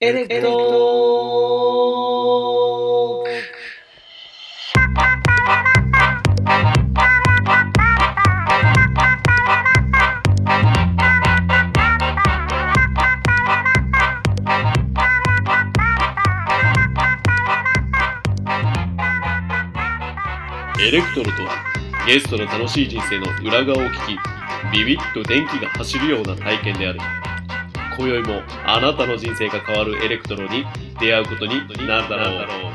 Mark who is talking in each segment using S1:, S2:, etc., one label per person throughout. S1: エレクトーク
S2: エレクトロとはゲストの楽しい人生の裏側を聞きビビッと電気が走るような体験である今宵もあなたの人生が変わるエレクトロに出会うことになるだろう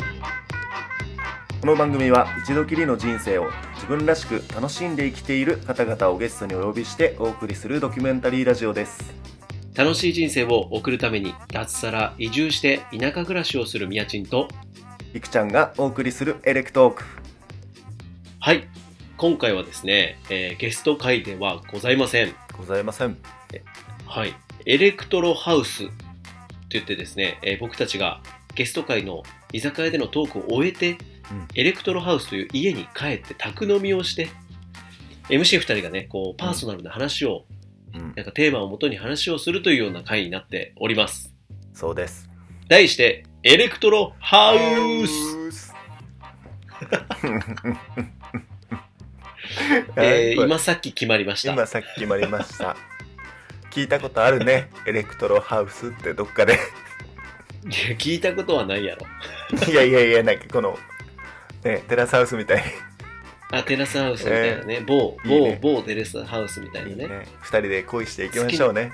S3: この番組は一度きりの人生を自分らしく楽しんで生きている方々をゲストにお呼びしてお送りするドキュメンタリーラジオです
S2: 楽しい人生を送るために脱サラ移住して田舎暮らしをするみやちんと
S3: いくちゃんがお送りするエレクトーク
S2: はい今回はですね、えーゲスト会ではございません
S3: ございません
S2: はい、エレクトロハウスと言ってですね、えー僕たちがゲスト会の居酒屋でのトークを終えて、
S3: うん
S2: エレクトロハウスという家に帰って宅飲みをして MC2 人がねこうパーソナルな話を、
S3: うん
S2: なんかテーマをもとに話をするというような会になっております
S3: そうです
S2: 題してエレクトロハウ ス、
S3: ス
S2: えー
S3: 今
S2: 今さっき決まりました
S3: 今さっき決まりました聞いたことあるねエレクトロハウスってどっ かで
S2: いや聞いたことはないやろ
S3: いやいやいやなんかこのねテラスハウスみたい
S2: あテラスハウスみたいなね、某某
S3: いいね
S2: 某テラスハウスみたいな
S3: に
S2: ね
S3: ね二人で恋していきましょうね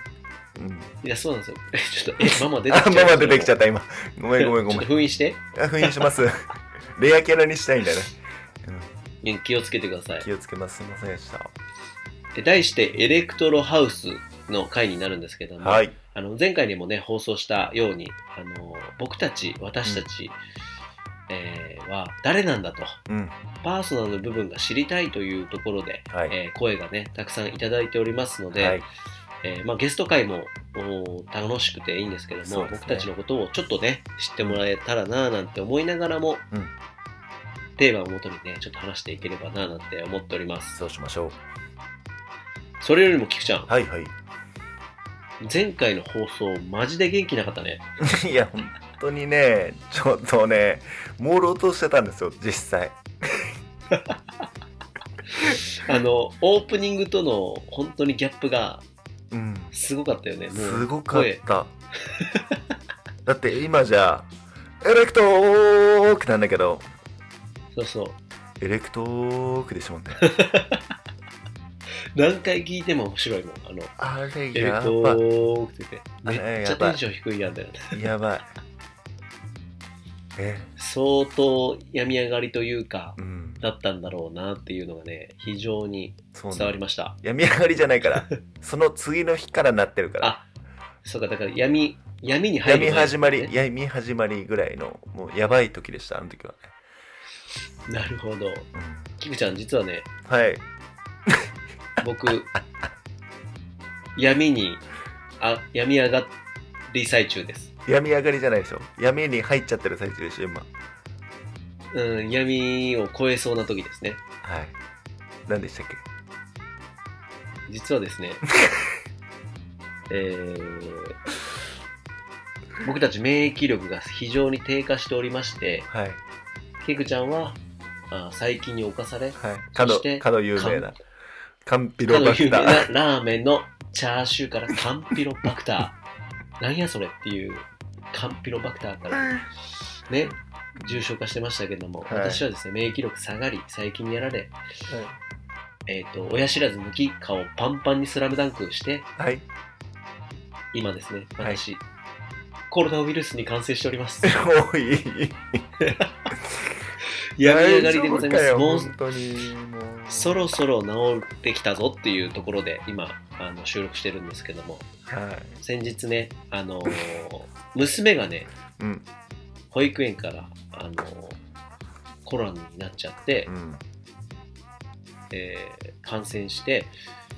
S3: うん
S2: いやそうなんですよちょっとえママ出て
S3: あ
S2: きち
S3: マ
S2: ゃう
S3: マ出てきちゃった今ごめんごめんご
S2: ちょ
S3: め
S2: っ
S3: ん
S2: と封印して。
S3: あ封印しますレアキャラにしたいんだね、
S2: うん気をつけてくださ
S3: う
S2: い
S3: ん、。気をつけますすいませんでした
S2: で題して、エレクトロハウスの回になるんですけども、
S3: はい
S2: あの前回にもね、放送したように、あの僕たち、私たち、えーは誰なんだと、
S3: うん
S2: パーソナルの部分が知りたいというところで、
S3: はい、
S2: えー声がね、たくさんいただいておりますので、
S3: はい
S2: えーまあ、ゲスト回もおー楽しくていいんですけど
S3: そ
S2: も、
S3: うですね
S2: 僕たちのことをちょっとね知ってもらえたらなぁなんて思いながらも、
S3: うん
S2: テーマをもとにねちょっと話していければなぁなんて思っております
S3: そうしましょ
S2: それよりも菊ちゃ
S3: う
S2: ん
S3: はい はい
S2: 前回の放送マジで元気なかったね
S3: いや本当にねちょっとね朦朧としてたんですよ実際
S2: あのオープニングとの本当にギャップが
S3: うん
S2: すごかったよねもう
S3: すごかっ
S2: 声
S3: た だって今じゃエレクトークなんだけど
S2: そうそう
S3: エレクトークでしもん ね
S2: 何回聞いても面白いもんあの
S3: あれ
S2: え
S3: やば
S2: っ
S3: い
S2: とーくてて
S3: あ
S2: め
S3: れ
S2: っちゃテンション低いやんだよね
S3: やばいえ
S2: 相当病み上がりというか
S3: うん
S2: だったんだろうなっていうのがね非常に
S3: そう
S2: 伝わ
S3: ね
S2: りました
S3: 病み上がりじゃないからその次の日からなってるから
S2: あそうかだから闇闇に入る
S3: 闇始まり
S2: ね
S3: 闇始まりぐらいのもうやばい時でしたあの時は
S2: なるほど
S3: ね、
S2: キクちゃん実はね
S3: うんはい
S2: 僕闇にあ病み上がり最中です
S3: 病み上がりじゃないでしょ闇に入っちゃってる最中でしょ今
S2: うん闇を超えそうな時ですね
S3: はい何でしたっけ
S2: 実は ですねえー僕たち免疫力が非常に低下しておりまして
S3: はい
S2: キクちゃんはあ細菌に侵され
S3: はい
S2: そ
S3: か
S2: し
S3: の
S2: て
S3: かの有名なカンピ
S2: か
S3: ロ
S2: の
S3: バ
S2: 有
S3: ク
S2: 名
S3: タ
S2: な
S3: ー
S2: ラーメンのチャーシューからカンピロバクター。なんやそれっていうカンピロバクターからね、重症化してましたけども、
S3: はい
S2: 私はですね、免疫力下がり、細菌にやられ、えっ、と、親知らず抜き、顔パンパンにスラムダンクして、
S3: はい
S2: 今ですね、
S3: はい
S2: 私、コロナウイルスに感染しており ます。
S3: おい
S2: 病み上がりでございま
S3: 大丈夫か
S2: す。も
S3: よ
S2: う
S3: 本当にもう
S2: そろそろ治ってきたぞっていうところで、今、あの収録してるんですけども、
S3: はい
S2: 先日ね、あのー娘がね、
S3: うん
S2: 保育園から、あのーコロナになっちゃって、
S3: うん
S2: えー感染して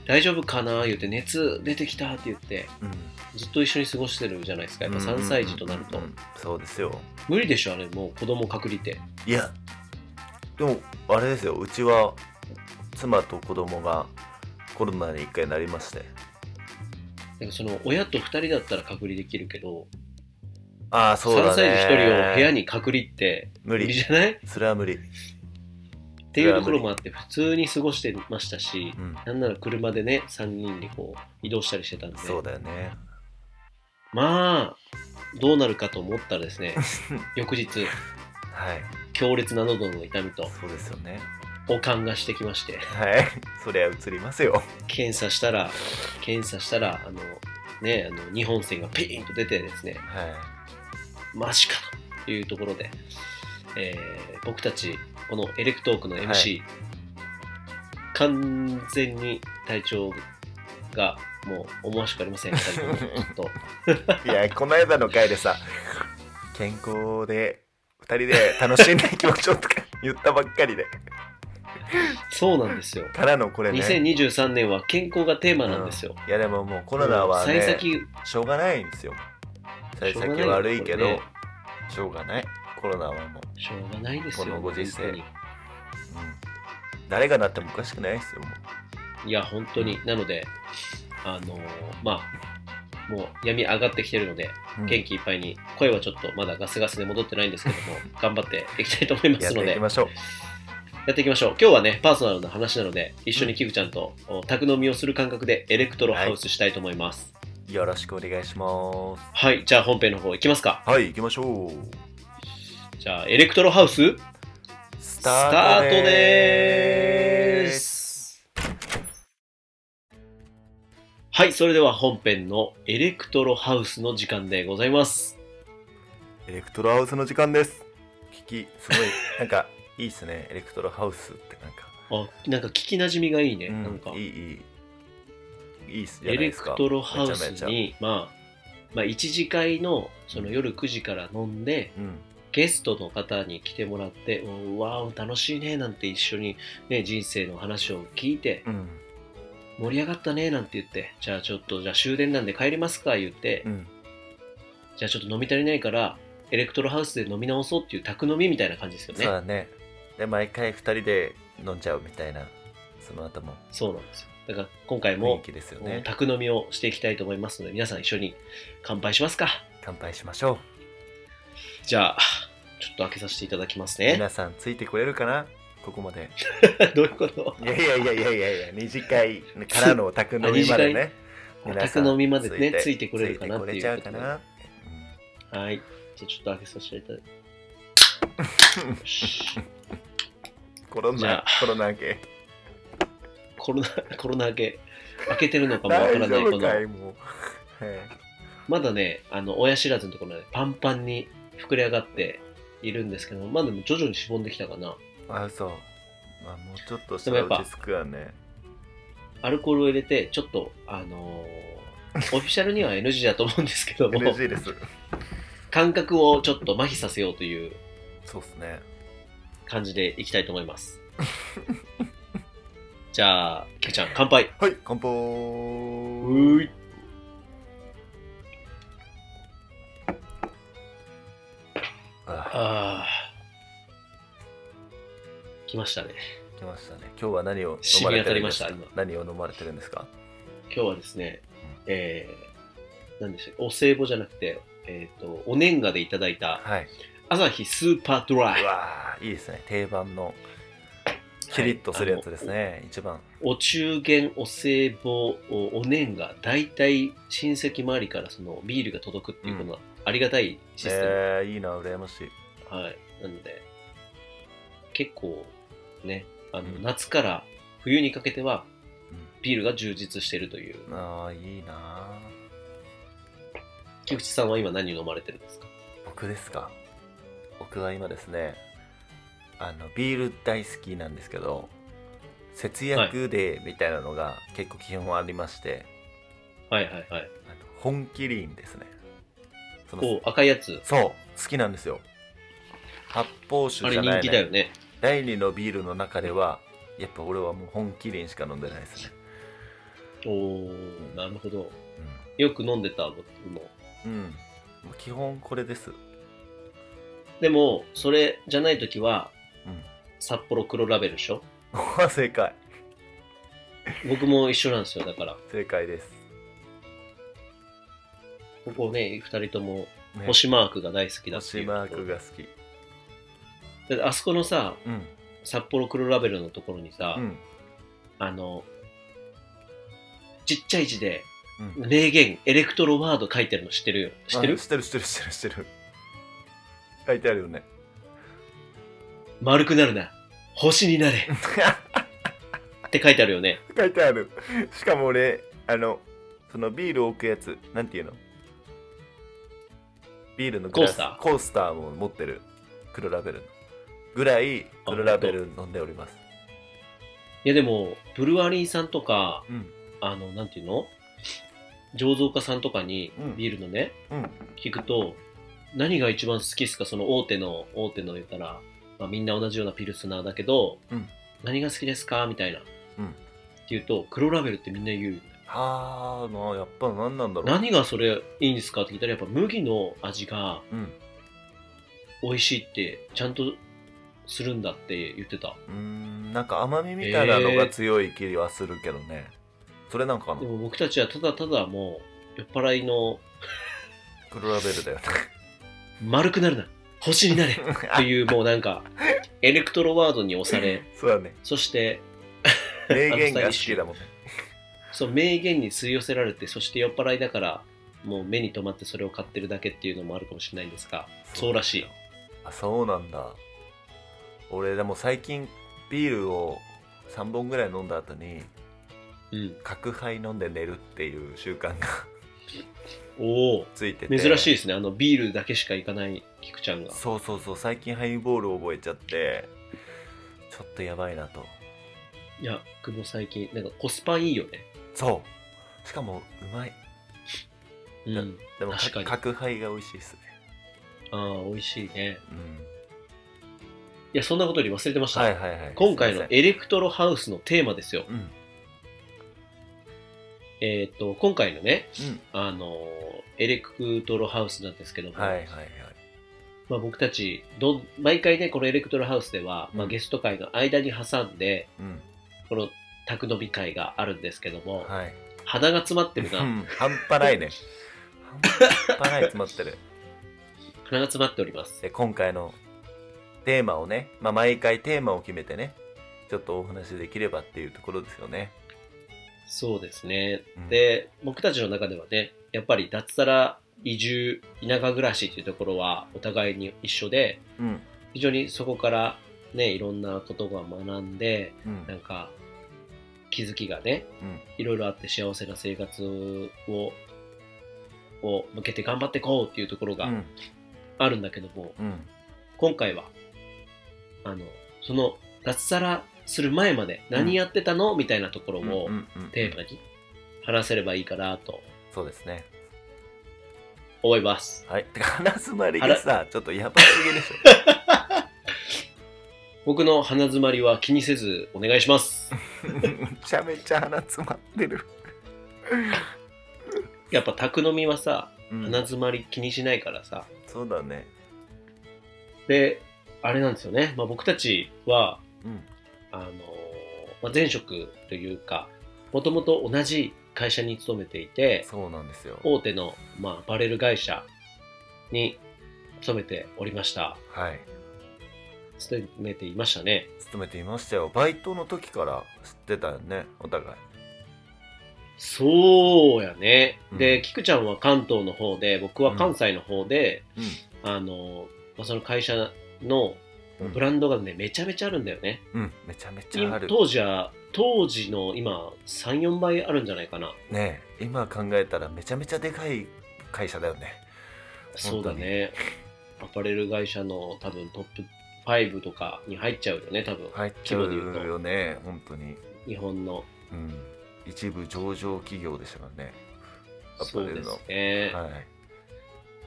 S2: 大丈夫かな言って熱出てきたって言って
S3: うん
S2: ずっと一緒に過ごしてるじゃないですかやっぱ3歳児となると、
S3: うんうんうんそうですよ
S2: 無理でしょあれもう子供隔離って
S3: いやでもあれですようちは妻と子供がコロナに一回なりまして
S2: なんかその親と2人だったら隔離できるけど
S3: ああ、そうだね。
S2: 3歳児1人を部屋に隔離って
S3: 無
S2: 無理
S3: 理。
S2: じゃないっ
S3: それは無理。
S2: ていうところもあって普通に過ごしてましたし
S3: うん。
S2: なんなら車でね3人でこう移動したりしてたんで
S3: そうだよね。
S2: まあどうなるかと思った らですね翌日
S3: はい。
S2: 強烈な喉の痛みと
S3: そうですよね。
S2: 悪寒がしてきまして
S3: はい。 そりゃ映りますよ。
S2: 検査したら検査したらあのねあの日本線がピーンと出てですね
S3: は
S2: マジかというところで、えー僕たちこのエレクトークの MC、
S3: は
S2: 完全に体調がもう思わしくありません二人ともちょっ と
S3: い。いや、この間の回でさ、健康で、二人で楽しんでいきましょうとか言ったばっかりで。
S2: そうなんですよ
S3: からのこれね。
S2: 2023年は健康がテーマなんですよ、
S3: いや、でももうコロナは
S2: 幸
S3: ね、
S2: 先
S3: しょうがないんですよ。幸
S2: しょうがな
S3: 先
S2: よ
S3: 悪いけ
S2: これ
S3: ど
S2: ね、
S3: しょうがない。コロナはもう。
S2: しょうがないですよ
S3: このご時世
S2: 本当に
S3: うん誰がなってもおかしくないですよ、もう。
S2: いや本当になのであのーまあもう闇上がってきてるので
S3: うん
S2: 元気いっぱいに声はちょっとまだガスガスで戻ってないんですけども頑張っていきたいと思いま
S3: やっ
S2: すの
S3: てい
S2: で
S3: きましょう。
S2: やっていきましょう。今日はね、パーソナルな話なので、一緒にキグちゃんとお宅飲みをする感覚でエレクトロハウスしたいと思います。
S3: よろしくお願いします。
S2: はい、じゃあ本編の方行きますか。
S3: はい、行きましょう。
S2: じゃあ、エレクトロハウス
S3: ス
S2: スタートでー。す。はい、それでは本編のエレクトロハウスの時間でございます。
S3: エレクトロハウスの時間です。聞き、すごい、なんか、いいっすね。 エレクトロハウスってなんか。
S2: あ、なんか聞き馴染みがいいね。
S3: うん
S2: なんか
S3: い、い、いい。いいっすじゃ
S2: エ
S3: ない
S2: レ
S3: ですか。
S2: クトロハウス
S3: めちゃめち
S2: に、まあ、まあ、一次会のその夜9時から飲んで、
S3: ゃ。うん。
S2: ゲストの方に来てもらって、うんうわー楽しいねなんて一緒に、ね、人生の話を聞いて、
S3: うん。
S2: 盛り上がったねなんて言って、じゃあちょっと、じゃあ終電なんで帰りますか言って、
S3: うん。
S2: じゃあちょっと飲み足りないから、エレクトロハウスで飲み直そうっていう宅飲みみたいな感じですよ
S3: そう
S2: ね。
S3: だね。で、毎回二人で飲んじゃうみたいな、その後も
S2: そうなんですよ。だから今回
S3: 雰囲
S2: も、
S3: 気ですよね。
S2: 宅飲みをしていきたいと思いますので、皆さん一緒に乾杯しますか。
S3: 乾杯しましょう。
S2: じゃあ、ちょっと開けさせていただきますね。
S3: 皆さんついてくれるかなここまで。
S2: どういうこと
S3: いやいやいやいやいやいや、二次会からのお宅飲みまでね。
S2: あ二次会
S3: 皆さん
S2: お宅飲みまでねついてくれるかな
S3: ついてくれちゃうかな。
S2: はい。じゃあちょっと開けさせていただき ます。よし
S3: コロ
S2: じゃ
S3: ナ、コロナ明け。
S2: コロナ、コロナ明け、開けてるのかもわか
S3: 大
S2: らな
S3: 丈
S2: い、こ
S3: 夫
S2: の
S3: か、いもう。はい
S2: まだね、あの、親知らずのところまでパンパンに膨れ上がっているんですけど、まだでも徐々にしぼんできたかな。
S3: あ、そう。まあ、もうちょっとしたら
S2: でもやっぱ
S3: 落ち着くわね。
S2: アルコールを入れて、ちょっと、あの ーオフィシャルには NG だと思うんですけども、
S3: NG です。
S2: 感覚をちょっと麻痺させようという
S3: そうっすね。
S2: 感じでいきたいと思い ます。じゃあ、ケイちゃん、乾杯
S3: はい、乾杯。
S2: ーい。
S3: あ、
S2: あー。来ましたね。
S3: 来ましたね。今日は何を飲
S2: 染
S3: ま
S2: み
S3: れ
S2: 当
S3: て
S2: た
S3: る
S2: り
S3: ん
S2: ま
S3: で
S2: し
S3: す
S2: た、
S3: か
S2: 今。
S3: 何を飲まれてるんですか
S2: 今日はですね、えー、何でしたっけお歳暮じゃなくて、えー、とお年賀でいただいた
S3: はい。
S2: 朝日スーパードラ
S3: う
S2: イ
S3: わーいいですね。定番のキリッとするやつですね。一番。
S2: おお中元お歳暮おお年賀大体親戚周りからそのビールが届くっていうこのはありがたいシステム、
S3: えー、いいな、羨ましい。
S2: はい、なので結構ねあの、
S3: うん
S2: 夏から冬にかけては
S3: うん
S2: ビールが充実しているという
S3: ああ、いいな
S2: 菊池さんは今何飲まれてるんですか
S3: 僕ですか僕は今ですね、あの、ビール大好きなんですけど、節約デーみたいなのが結構基本ありまして、
S2: はいはいはい
S3: あの本麒麟ですね。その
S2: お赤いやつ
S3: そう、好きなんですよ。発泡
S2: あ
S3: 酒
S2: れ
S3: じゃ
S2: 人
S3: ない、
S2: 気だよ
S3: ね、
S2: ね
S3: 第二のビールの中では、やっぱ俺はもう本麒麟しか飲んでないですね。
S2: おおなるほど
S3: うん
S2: よく飲んでた僕も
S3: うん。基本これです。
S2: でもそれじゃない時は
S3: うん。
S2: 札幌黒ラベルでしょ
S3: 正解。
S2: 僕も一緒なんですよだから
S3: 正解です。
S2: ここね2人とも
S3: ね
S2: 星マークが大好きだっ
S3: 星
S2: ていう
S3: マークが好き
S2: だってあそこのさ
S3: うん
S2: 札幌黒ラベルのところにさ、
S3: うん
S2: あのちっちゃい字で
S3: うん
S2: 名言エレクトロワード書いてるの知ってるよ知って
S3: あ
S2: る
S3: 知ってる知ってる知ってる知ってる 書いてあるよね
S2: 丸くなるな星に なれって書いてあるよね
S3: 書いてある しかも俺あのそのビールを置くやつなんていうのビールのグラス
S2: コースター
S3: コースターも持ってる黒ラベルのぐらい黒ラベル飲んでおります
S2: いやでもブルワリーさんとか
S3: うん
S2: あのなんていうの醸造家さんとかに
S3: うん
S2: ビールのね、
S3: うん
S2: 聞くと何が一番好きですかその大手の大手の言ったら、まあ、みんな同じようなピルスナーだけど、
S3: うん
S2: 何が好きですかみたいな、
S3: うん
S2: って言うと黒ラベルってみんな言うよね
S3: あーまあやっぱ何なんだろう
S2: 何がそれいいんですかって聞いたらやっぱ麦の味が
S3: うん
S2: 美味しいってちゃんとするんだって言ってた
S3: うーんなんか甘みみたいなのが強い気はするけどね、それなんか
S2: で
S3: の
S2: も僕たちはただただもう酔っ払いの
S3: 黒ラベルだよね
S2: 丸くなるな星になれっていうもうなんかエレクトロワードに押され
S3: そうだね
S2: そして
S3: 名言が好きだもんね
S2: その名言に吸い寄せられてそして酔っ払いだからもう目に留まってそれを買ってるだけっていうのもあるかもしれないんですがそうらしい
S3: あそうなんだ俺でも最近ビールを3本ぐらい飲んだ後に
S2: うん
S3: 角杯飲んで寝るっていう習慣が
S2: おお
S3: ついてて
S2: 珍しい
S3: い
S2: ですねあのビールだけしか行かない菊ちゃんが
S3: そうそうそう最近ハイボールを覚えちゃってちょっとやばいなと
S2: いや久保最近なんかコスパいいよね
S3: そうしかもうまい
S2: うん
S3: でも
S2: 確かに
S3: 角杯が美味しいですね
S2: ああ美味しいね
S3: うん
S2: いやそんなことより忘れてました、
S3: はいはいはい
S2: 今
S3: す
S2: 回
S3: い
S2: の
S3: ません
S2: エレクトロハウスのテーマですよ
S3: うん
S2: えっ、と今回のね
S3: うん
S2: あのーエレクトロハウスなんですけども、
S3: はいはいはい
S2: まあ、僕たちどん毎回ねこのエレクトロハウスでは、ま
S3: う
S2: あ、
S3: ん
S2: ゲスト会の間に挟んで、
S3: うん
S2: この宅飲み会があるんですけども、
S3: はい
S2: 鼻が詰まって
S3: う
S2: る
S3: ん
S2: な、
S3: 半端ないね半端ない詰まってる
S2: 鼻が詰まっております。
S3: で今回のテーマをね、まあ、毎回テーマを決めてねちょっとお話しできればっていうところですよね、
S2: そうですね。
S3: うん、
S2: で、僕たちの中ではね、やっぱり脱サラ、移住、田舎暮らしっていうところはお互いに一緒で、
S3: うん
S2: 非常にそこからね、いろんなことが学んで、
S3: うん
S2: なんか気づきがね、
S3: うん
S2: いろいろあって幸せな生活を、を向けて頑張っていこうっていうところ
S3: う
S2: が
S3: ん
S2: あるんだけども、
S3: うん
S2: 今回はあのその脱サラする前まで何やってたの、みたいなところを
S3: うんうんうん
S2: テーマに話せればいいかなと
S3: そうですね
S2: 思います
S3: はいてか話すまりがさちょっとやばすぎでしょ
S2: 僕の鼻づまりは気にせずお願いします
S3: めちゃめちゃ鼻詰まってる、
S2: やっぱ宅飲みはさ
S3: うん
S2: 鼻づまり気にしないからさ
S3: そうだね
S2: であれなんですよね、まあ、僕たちは
S3: うん
S2: あのー、まあ、前職というかもともと同じ会社に勤めていて
S3: そうなんですよ
S2: 大手の、まあ、バレル会社に勤めておりました
S3: はい
S2: 勤めていましたね。
S3: 勤めていましたよバイトの時から知ってたよねお互い
S2: そうやね。
S3: うん
S2: で、菊ちゃんは関東の方で、僕は関西の方で、
S3: うん
S2: あの、まあ、その会社の
S3: うん
S2: ブランドがね、めちゃめちゃあるんだよね。
S3: うんめちゃめちゃある
S2: 当時は、当時の今、3、4倍あるんじゃないかな。
S3: ねえ今考えたらめちゃめちゃでかい会社だよね
S2: そうだね。 アパレル会社の多分トップ5とかに入っちゃうよね、多分。
S3: 入っちゃうよね本当に、
S2: 日本の。
S3: うん、一部上場企業でしたからねアパ
S2: そう
S3: レル
S2: で
S3: の
S2: すね。
S3: はい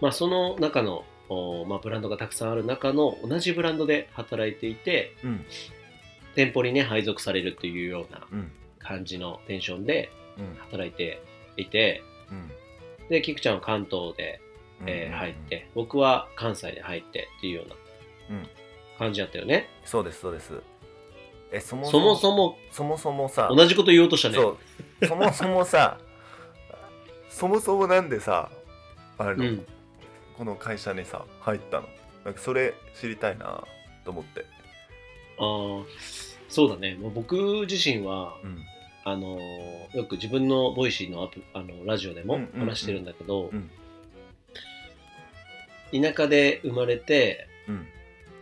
S2: まあ、その中の、おまあ、ブランドがたくさんある中の同じブランドで働いていて、
S3: うん
S2: 店舗にね配属されるというような
S3: うん
S2: 感じのテンションで
S3: うん
S2: 働いていて
S3: うん
S2: で菊ちゃんは関東で、えー
S3: うん
S2: 入って僕は関西で入ってっていうような
S3: うん
S2: 感じだったよね、
S3: そうですそうですえそも
S2: そもそも
S3: そもそもさ
S2: 同じこと言おうとしたね
S3: そう そもそもさそもそもなんでさあの、
S2: うん
S3: この会社にさ入ったのなんかそれ知りたいなと思って
S2: あーそうだねもう僕自身は
S3: うん
S2: あのーよく自分のボイシーのアプあのラジオでも
S3: うんうんうん
S2: 話してるんだけど、
S3: うん
S2: 田舎で生まれて、
S3: うん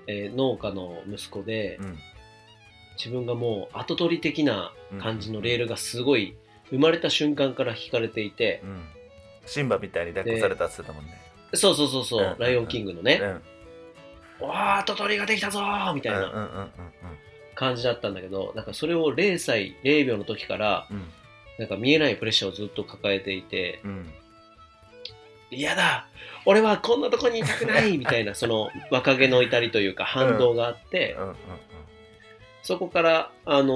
S2: えー農家の息子で、
S3: うん
S2: 自分がもう後取り的な
S3: うん
S2: 感じのレールがすごい生まれた瞬間から引かれていて
S3: う、んシンバみたいに抱っこされたって言ってたもんね
S2: そうそうそうそう、
S3: うんうんうん
S2: ライオンキングの
S3: う
S2: ね
S3: ん、
S2: わあ後取りができたぞーみたい
S3: うんうん
S2: な
S3: うんうん
S2: 感じだったんだけどなんかそれを0歳0秒の時から
S3: うん
S2: なんか見えないプレッシャーをずっと抱えていて
S3: うんうん
S2: 嫌だ俺はこんなとこにいたくないみたい なその若気の至りというか反動があって、
S3: うんうん
S2: そこからあの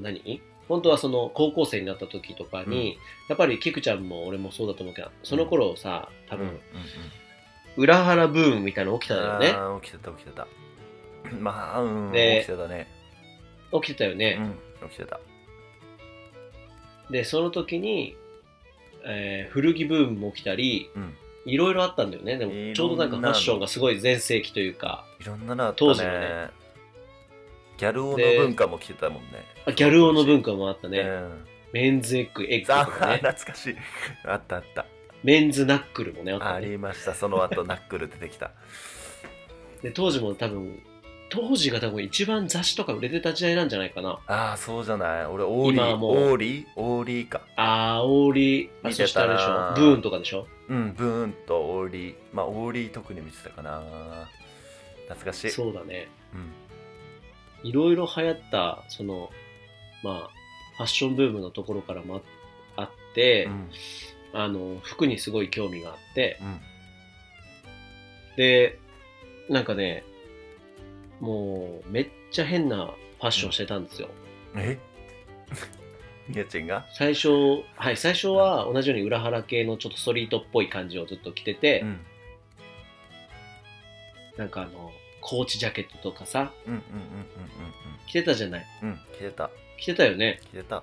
S2: ー何本当はその高校生になった時とかに、やっぱりキクちゃんも俺もそうだと思うけどその頃さ多
S3: うんうん
S2: 分、裏腹ブームみたいなの起きたんだよね
S3: あー起きてた起きてたまあうん起
S2: で
S3: きてたね
S2: 起きてたよね、
S3: うん起きてた
S2: でその時に、えー古着ブームも起きたり
S3: うん
S2: いろいろあったんだよねでも
S3: いろんな
S2: ちょうどなんかファッションがすごい全盛期というか
S3: いろんなのあったね
S2: 当時のね
S3: ギャル王の
S2: で
S3: 文化も来てたもんね
S2: あギャル男の文化もあった
S3: う
S2: ね
S3: ん
S2: メンズエッグエッグ
S3: ざ
S2: とか
S3: 懐
S2: ね
S3: かしいあったあった
S2: メンズナックルもねあった
S3: あ
S2: ね
S3: りましたその 後ナックル出てきた
S2: で当時も多分当時が多分一番雑誌とか売れてた時代なんじゃないかな
S3: ああそうじゃない俺オーリ
S2: 今
S3: ー
S2: はもう
S3: オーリーオーリーか
S2: あーオーリーあ
S3: 見
S2: そ
S3: て
S2: した
S3: た
S2: らでし
S3: な
S2: ょブーンとかでしょ
S3: うんブーンとオーリーまあオーリー特に見てたかな懐かしい
S2: そうだね
S3: うん
S2: いろいろ流行ったそのまあファッションブームのところからもああって、
S3: うん
S2: あの服にすごい興味があって、
S3: うん
S2: で、なんかね、もうめっちゃ変なファッションしてたんですよ。
S3: え みやちんが
S2: 最初、はい、最初は同じように裏腹系のちょっとストリートっぽい感じをずっと着てて、
S3: うん
S2: なんかあの、コーチジャケットとかさ、
S3: うんうんうんうん
S2: 着てたじゃない。
S3: うんうんうん着てた
S2: 着てたよね。
S3: 着てた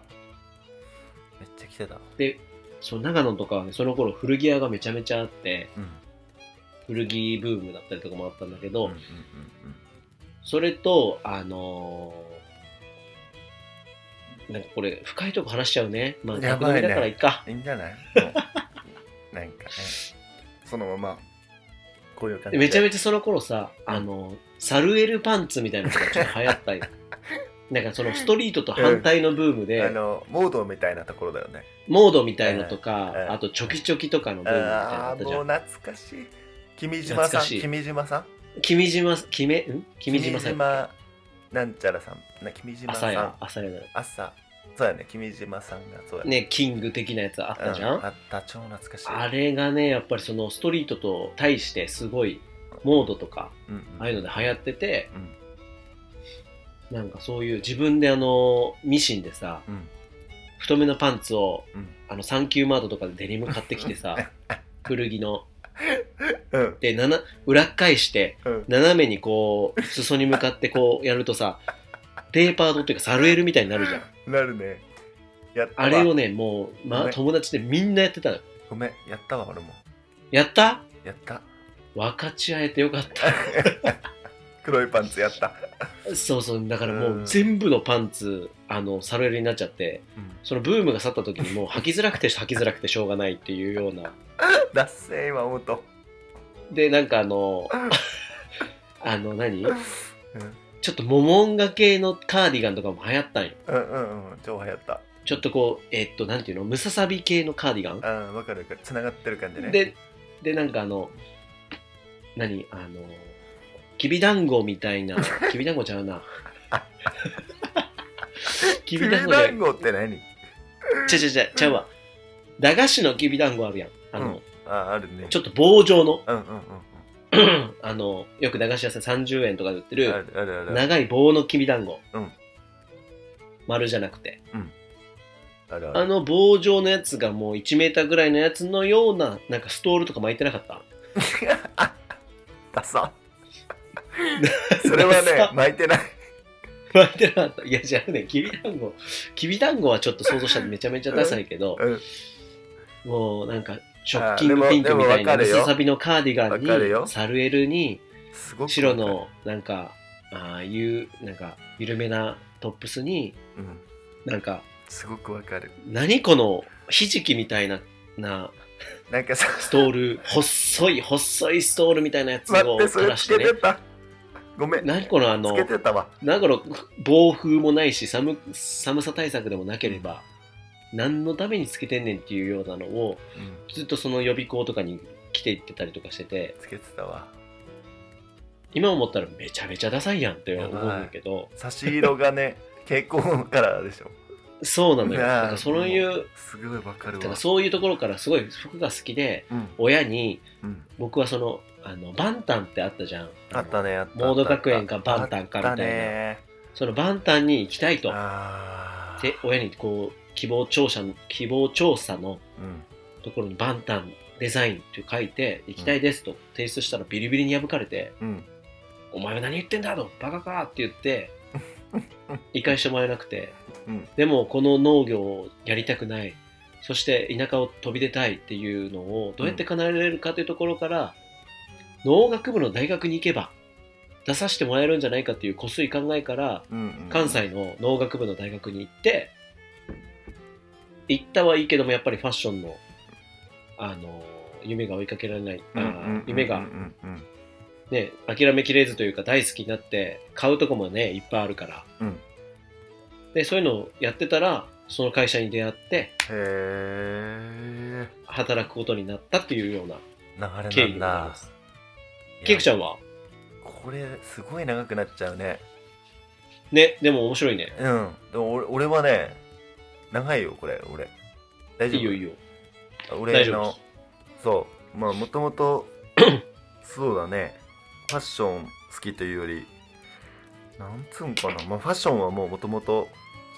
S3: めっちゃ着てた
S2: で、そう長野とかはね、その頃古着屋がめちゃめちゃあって、
S3: うん
S2: 古着ブームだったりとかもあったんだけど、
S3: うんうんうん
S2: それと、あのーなんかこれ深いとこ話しちゃうね。まあ、
S3: や
S2: 宅
S3: ば
S2: 飲
S3: いね
S2: みだからいっか。
S3: いいんじゃないもうなんかねそのままこういう感じで
S2: めちゃめちゃその頃さ、あの、サルエルパンツみたいなのがちょっと流 行ったり、なんかそのストリートと反対のブームで、
S3: あのモードみたいなところだよね
S2: モードみたいのとか、
S3: うんうん
S2: あとチョキチョキとかのブームみたいなのあ
S3: あ
S2: っ
S3: あ
S2: たじゃ。
S3: もうん懐かしい君島
S2: 懐
S3: さ
S2: か
S3: ん
S2: しい
S3: 君島さん
S2: 君島、君、ん君島さん。
S3: なんちゃらさんな君島さ
S2: 朝や
S3: ん、
S2: 朝やだよ
S3: 朝そうやね君島さんがそうや
S2: ね、キング的なやつあったじゃん、
S3: うあった超懐かしい
S2: あれがね、やっぱりそのストリートと対してすごい、モードとか、
S3: うんうん
S2: ああいうので流行ってて、
S3: うん
S2: なんかそういう自分であの、ミシンでさ、
S3: うん
S2: 太めのパンツを、
S3: うん
S2: あのサンキューマートとかでデニム買ってきてさ 古着の
S3: うん
S2: でなな裏っ返して
S3: うん
S2: 斜めにこう裾に向かってこうやるとさレーパードっていうかサルエルみたいになるじゃん
S3: なるねやったわ
S2: あれをねもう、
S3: ご
S2: ま
S3: め
S2: あ、
S3: ん
S2: 友達でみんなやってたの
S3: ごめんやったわ俺も
S2: やった
S3: やった
S2: 分かち合えてよかった
S3: 黒いパンツやった、
S2: そうそうだからも
S3: う
S2: うん全部のパンツあのサルエルになっちゃって
S3: うん、
S2: そのブームが去った時に もう履きづらくて履きづらくてしょうがないっていうような
S3: だっせー今思うと
S2: でなんかあの あの何
S3: うん
S2: ちょっとモモンガ系のカーディガンとかも流行ったんよ。
S3: うんうんうん超流行った
S2: ちょっとこう、えっと、なんていうの、ムササビ系のカーディガン。
S3: うんわかるわかるつながってる感じね
S2: で、で、なんかあの、何あの、きびだんごみたい な、きびだんごちゃうな。き
S3: き
S2: び
S3: び
S2: だ
S3: だ
S2: んごじゃ
S3: んごって何
S2: ちゃうちゃうちゃうちゃうわ。駄菓子のきびだんごあるやん。あの、
S3: ああるね
S2: ちょっと棒状の、
S3: うんうんうんうん
S2: あの、よく駄菓子屋さん30円とかで売ってる
S3: あ、るあるある
S2: 長い棒のきびだんご。
S3: うん
S2: 丸じゃなくて。
S3: あるある
S2: あの棒状のやつがもう1メーターぐらいのやつのような、なんかストールとか巻いてなかった
S3: ダサそれは
S2: ダ
S3: ね
S2: サ
S3: 巻いてない
S2: 巻いてなかった。いや、じゃあね、きびだんご、きびだんごはちょっと想像したらめちゃめちゃダサいけど、
S3: うん
S2: もうなんか、ショッキングピンクみた
S3: あでもで
S2: いな
S3: もわかるよ
S2: 薄さびのカーディガン
S3: わかるよ
S2: にサルエルに
S3: すごく
S2: 白のなんかああいうなんか緩めなトップスに
S3: うん
S2: なんか
S3: すごくわかる
S2: 何このひじきみたいなな
S3: なんかさ
S2: ストー ル細い細いストールみたいなやつを
S3: 待ってそ
S2: 垂
S3: れ
S2: ら
S3: つ
S2: し
S3: け
S2: てね
S3: てたごめん
S2: 何このあ
S3: つ
S2: の
S3: けてたわ
S2: 何この暴風もないし寒寒さ対策でもなければ何のためにつけてんねんっていうようなのを
S3: うん
S2: ずっとその予備校とかに来ていってたりとかしてて
S3: つけてたわ
S2: 今思ったらめちゃめちゃダサいやんって思うんだけど
S3: 差し色がね蛍光カラーでしょ
S2: そうなのよ
S3: なあ
S2: だからそういう
S3: すごいわかる
S2: だか
S3: わ
S2: らそういうところからすごい服が好きで
S3: うん
S2: 親に
S3: うん
S2: 僕はそのあのバンタンってあったじゃん
S3: あったねあった
S2: モード学園かバンタンかみたいな
S3: あったね
S2: そのバンタンに行きたいと
S3: あー
S2: で親にこう希望調査の希望調査の
S3: うん
S2: ところにバンタンデザインって書いて行きたいですと提出したらビリビリに破かれて
S3: うん
S2: お前は何言ってんだとバカかって 言って理解してもらえなくて
S3: うん
S2: でもこの農業をやりたくないそして田舎を飛び出たいっていうのをどうやって叶えられるかというところから、農学部の大学に行けば出させてもらえるんじゃないかっていうこすい考えから
S3: うん
S2: 関西の農学部の大学に行って行ったはいいけどもやっぱりファッションのあの夢が追いかけられない、あ
S3: うんう
S2: ー
S3: んうんうん
S2: 夢が
S3: うんうん
S2: ね、諦めきれずというか大好きになって買うとこもねいっぱいあるから、
S3: うん
S2: でそういうのをやってたらその会社に出会って
S3: へ
S2: 働くことになったっていうような
S3: え流
S2: 経
S3: れ
S2: 緯にな
S3: なん
S2: り
S3: だ
S2: ますケイクちゃんは
S3: これすごい長くなっちゃうね
S2: ねでも面白いね
S3: うんでも俺俺はね長いよこれ俺大
S2: い
S3: 丈夫
S2: いよいいよ大
S3: 俺
S2: 丈夫
S3: のそうまあもと もとそうだねファッション好きというよりなんつうんかな、まあ、ファッションはもうもともと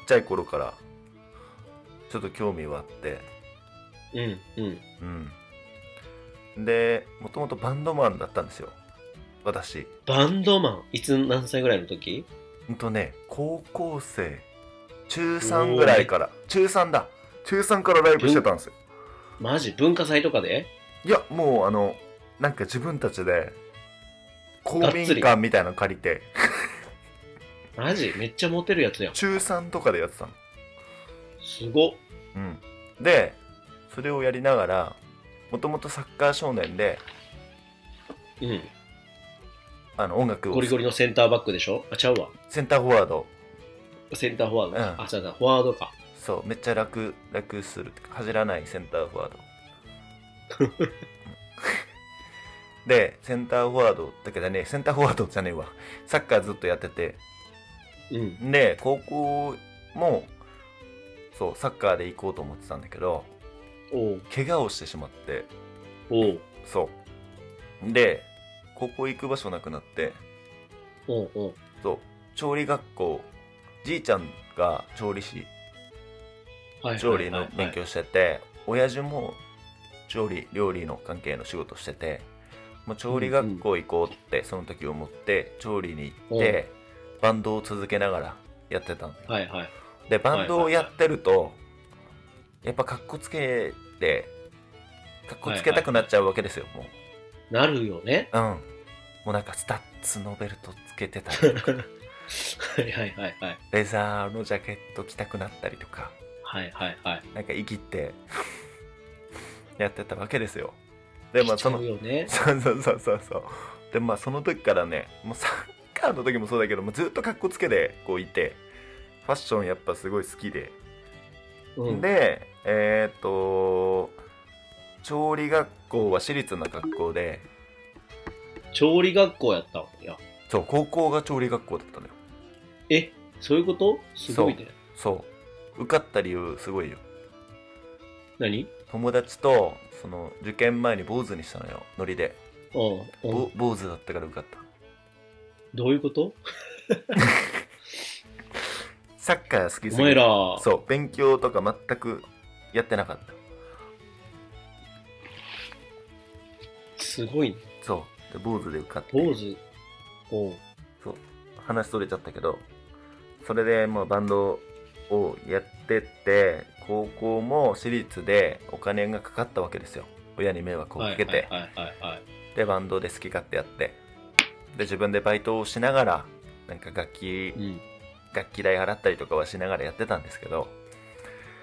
S3: ちっちゃい頃からちょっと興味はあって
S2: うんうん
S3: うんでもともとバンドマンだったんですよ私
S2: バンドマンいつ何歳ぐらいの時
S3: うんとね高校生中3ぐらいから中3だ中3からライブしてたんですよ
S2: マジ文化祭とかで
S3: いやもうあのなんか自分たちで公
S2: がっ
S3: 民
S2: つり
S3: 館みたいなの借りて
S2: マジめっちゃモテるやつやん
S3: 中3とかでやってたの、
S2: すごっ
S3: うん、でそれをやりながらもともとサッカー少年で
S2: うん
S3: あの音楽を
S2: ゴリゴリのセンターバックでしょあちゃうわ
S3: センターフォワード
S2: センターフォワードか、
S3: うん
S2: あそうだフォワードか
S3: そうめっちゃ楽楽する走らないセンターフォワードでセンターフォワードだけどねセンターフォワードじゃねえわサッカーずっとやってて
S2: うん
S3: で高校もそうサッカーで行こうと思ってたんだけど
S2: おう
S3: 怪我をしてしまって
S2: おう
S3: そうで高校行く場所なくなって
S2: おうおう
S3: そう調理学校じいちゃんが調理師
S2: はいはいはいはい
S3: 調理の勉強してて、親父も調理料理の関係の仕事しててもう調理学校行こうってその時思って調理に行って、バンドを続けながらやってたのよ
S2: はいはい
S3: でバンドをやってると、やっぱかっこつけてかっこつけたくなっちゃうわけですよ、
S2: なるよね
S3: もううんもうなんかスタッツのベルトつけてた
S2: は
S3: り
S2: いはいはいはい
S3: レザーのジャケット着たくなったりとか
S2: はいはいはい
S3: なんか生きて やってたわけですよでまあその
S2: 来ちゃうよね
S3: そうそうそうそうそうでまあその時からねもうサッカーの時もそうだけどもうずっとかっこつけでこういてファッションやっぱすごい好きで、
S2: うん
S3: でえーっ、と調理学校は私立の学校で
S2: 調理学校やったわいや
S3: そう高校が調理学校だったのよ
S2: えそういうことすごいね
S3: そう受かった理由すごいよ
S2: 何
S3: 友達とその受験前に坊主にしたのよノリで
S2: うんうん
S3: ぼ坊主だったから受かった
S2: どういうこと
S3: サッカー好きす
S2: お
S3: ぎ
S2: 前
S3: て
S2: ら
S3: そう勉強とか全くやってなかった
S2: すごいね
S3: そうで坊主で受かって
S2: 坊主おう
S3: そう話取れちゃったけどそれでまあバンドをやってって高校も私立でお金がかかったわけですよ親に迷惑を
S2: はい
S3: かけて、
S2: はいはいはいはい
S3: でバンドで好き勝手やってで自分でバイトをしながらなんか楽器
S2: うん
S3: 楽器代払ったりとかはしながらやってたんですけど、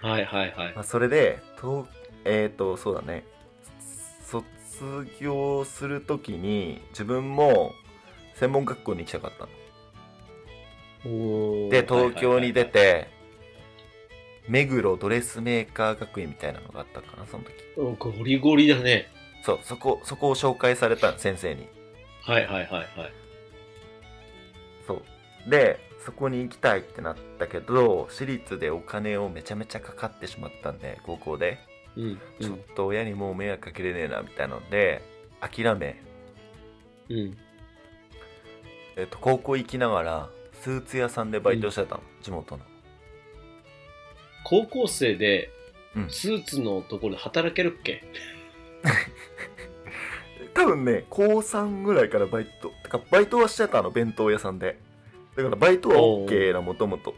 S2: はいはいはい
S3: まあ、それでとえっ、とそうだね卒業するときに自分も専門学校に行きたかったので東京に出て、目黒ドレスメーカー学院みたいなのがあったかなその時
S2: うんゴリゴリだね
S3: そうそこそこを紹介されたの先生に
S2: はいはいはいはい
S3: そうでそこに行きたいってなったけど私立でお金をめちゃめちゃかかってしまったんで高校で
S2: うんう
S3: ちょっ
S2: ん
S3: と親にもう迷惑かけれねえなみたいなので諦め、
S2: うん
S3: えっと、高校行きながらスーツ屋さんでバイトしてたの、地元の
S2: 高校生で
S3: うん
S2: スーツのところで働けるっけ
S3: 多分ね高3ぐらいからバイトてかバイトはしてたの弁当屋さんでだからバイトは
S2: おう
S3: OK なもともと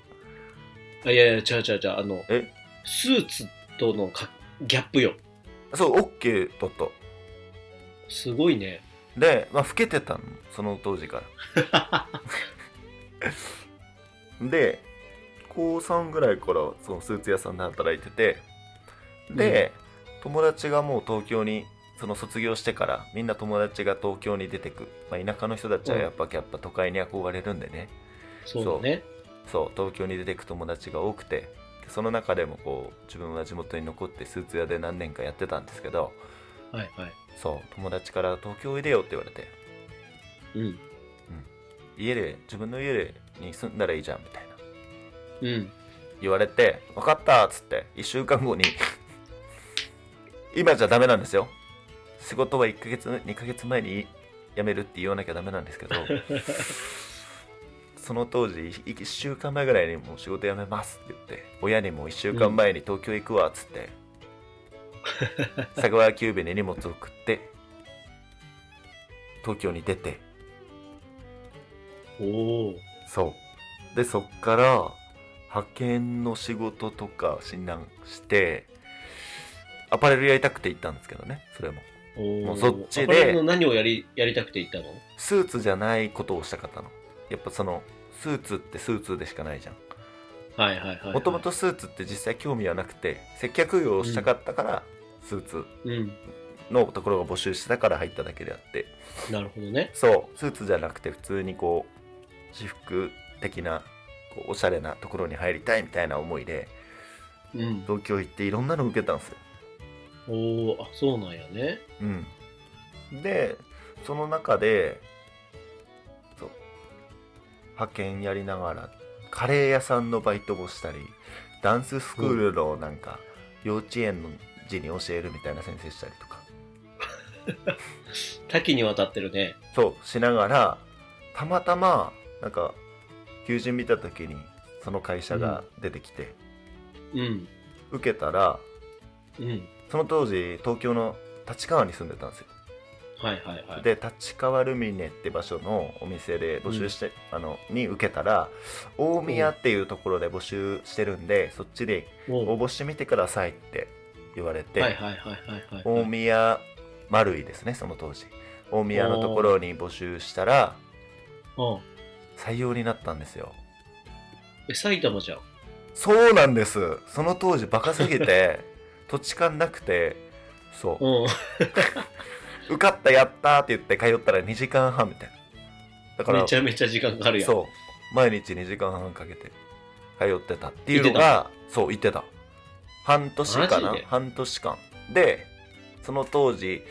S2: あいやいや違う違う違うあの
S3: え
S2: スーツとのかギャップよ
S3: そう OK だった
S2: すごいね
S3: で、まあ、老けてたのその当時からで高3ぐらいからそのスーツ屋さんで働いててで、友達がもう東京にその卒業してからみんな友達が東京に出てく、まあ、田舎の人たちはやっぱやっぱ都会に憧れるんでね
S2: そうだね
S3: そう東京に出てく友達が多くてでその中でもこう自分は地元に残ってスーツ屋で何年かやってたんですけど
S2: はいはい
S3: そう友達から東京おいでよって言われて
S2: うん
S3: 家で自分の家でに住んだらいいじゃんみたいな
S2: うん
S3: 言われて「分かった」っつって1週間後に 今じゃダメなんですよ仕事は1ヶ月2ヶ月前に辞めるって言わなきゃダメなんですけどその当時1週間前ぐらいにもう仕事辞めますって言って親にも1週間前に東京行くわっつって、佐川急便に荷物を送って東京に出て
S2: おおー
S3: そうでそっから派遣の仕事とか診断してアパレルやりたくて行ったんですけどねそれも
S2: おー
S3: もうそっちで
S2: アパレルの何をやりやりたくて行ったの
S3: スーツじゃないことをしたかったのやっぱそのスーツってスーツでしかないじゃん
S2: はいはいはいはい
S3: もともとスーツって実際興味はなくて接客業をしたかったから、スーツ
S2: うん
S3: のところが募集してたから入っただけであって
S2: なるほどね
S3: そうスーツじゃなくて普通にこう私服的なこうおしゃれなところに入りたいみたいな思いで
S2: うん
S3: 東京行っていろんなの受けたんですよ
S2: おおあそうなんやね
S3: うん、でその中でそう派遣やりながらカレー屋さんのバイトもしたりダンススクールのなんか幼稚園の時に教えるみたいな先生したりとか
S2: 多岐にわたってるね
S3: そうしながらたまたまなんか求人見た時にその会社が出てきて、
S2: うん
S3: 受けたら
S2: うん
S3: その当時東京の立川に住んでたんですよ
S2: はいはいはい
S3: で立川ルミネって場所のお店で募集して、あのに受けたら大宮っていうところで募集してるんで、そっちで応
S2: お
S3: 募してみてくださいって言われて、
S2: ーはいはいはいはいはい
S3: 大宮丸いですねその当時大宮のところに募集したら
S2: うん
S3: 採用になったんですよ
S2: え埼玉じゃん
S3: そうなんですその当時バカすぎ て土地勘なくてそう
S2: うん
S3: 受かったやったーって言って通ったら2時間半みたいなだから
S2: めちゃめちゃ時間かかるやん
S3: そう毎日2時間半かけて通ってたっていうのがそう行ってた半年かな
S2: マジで
S3: 半年間でその当時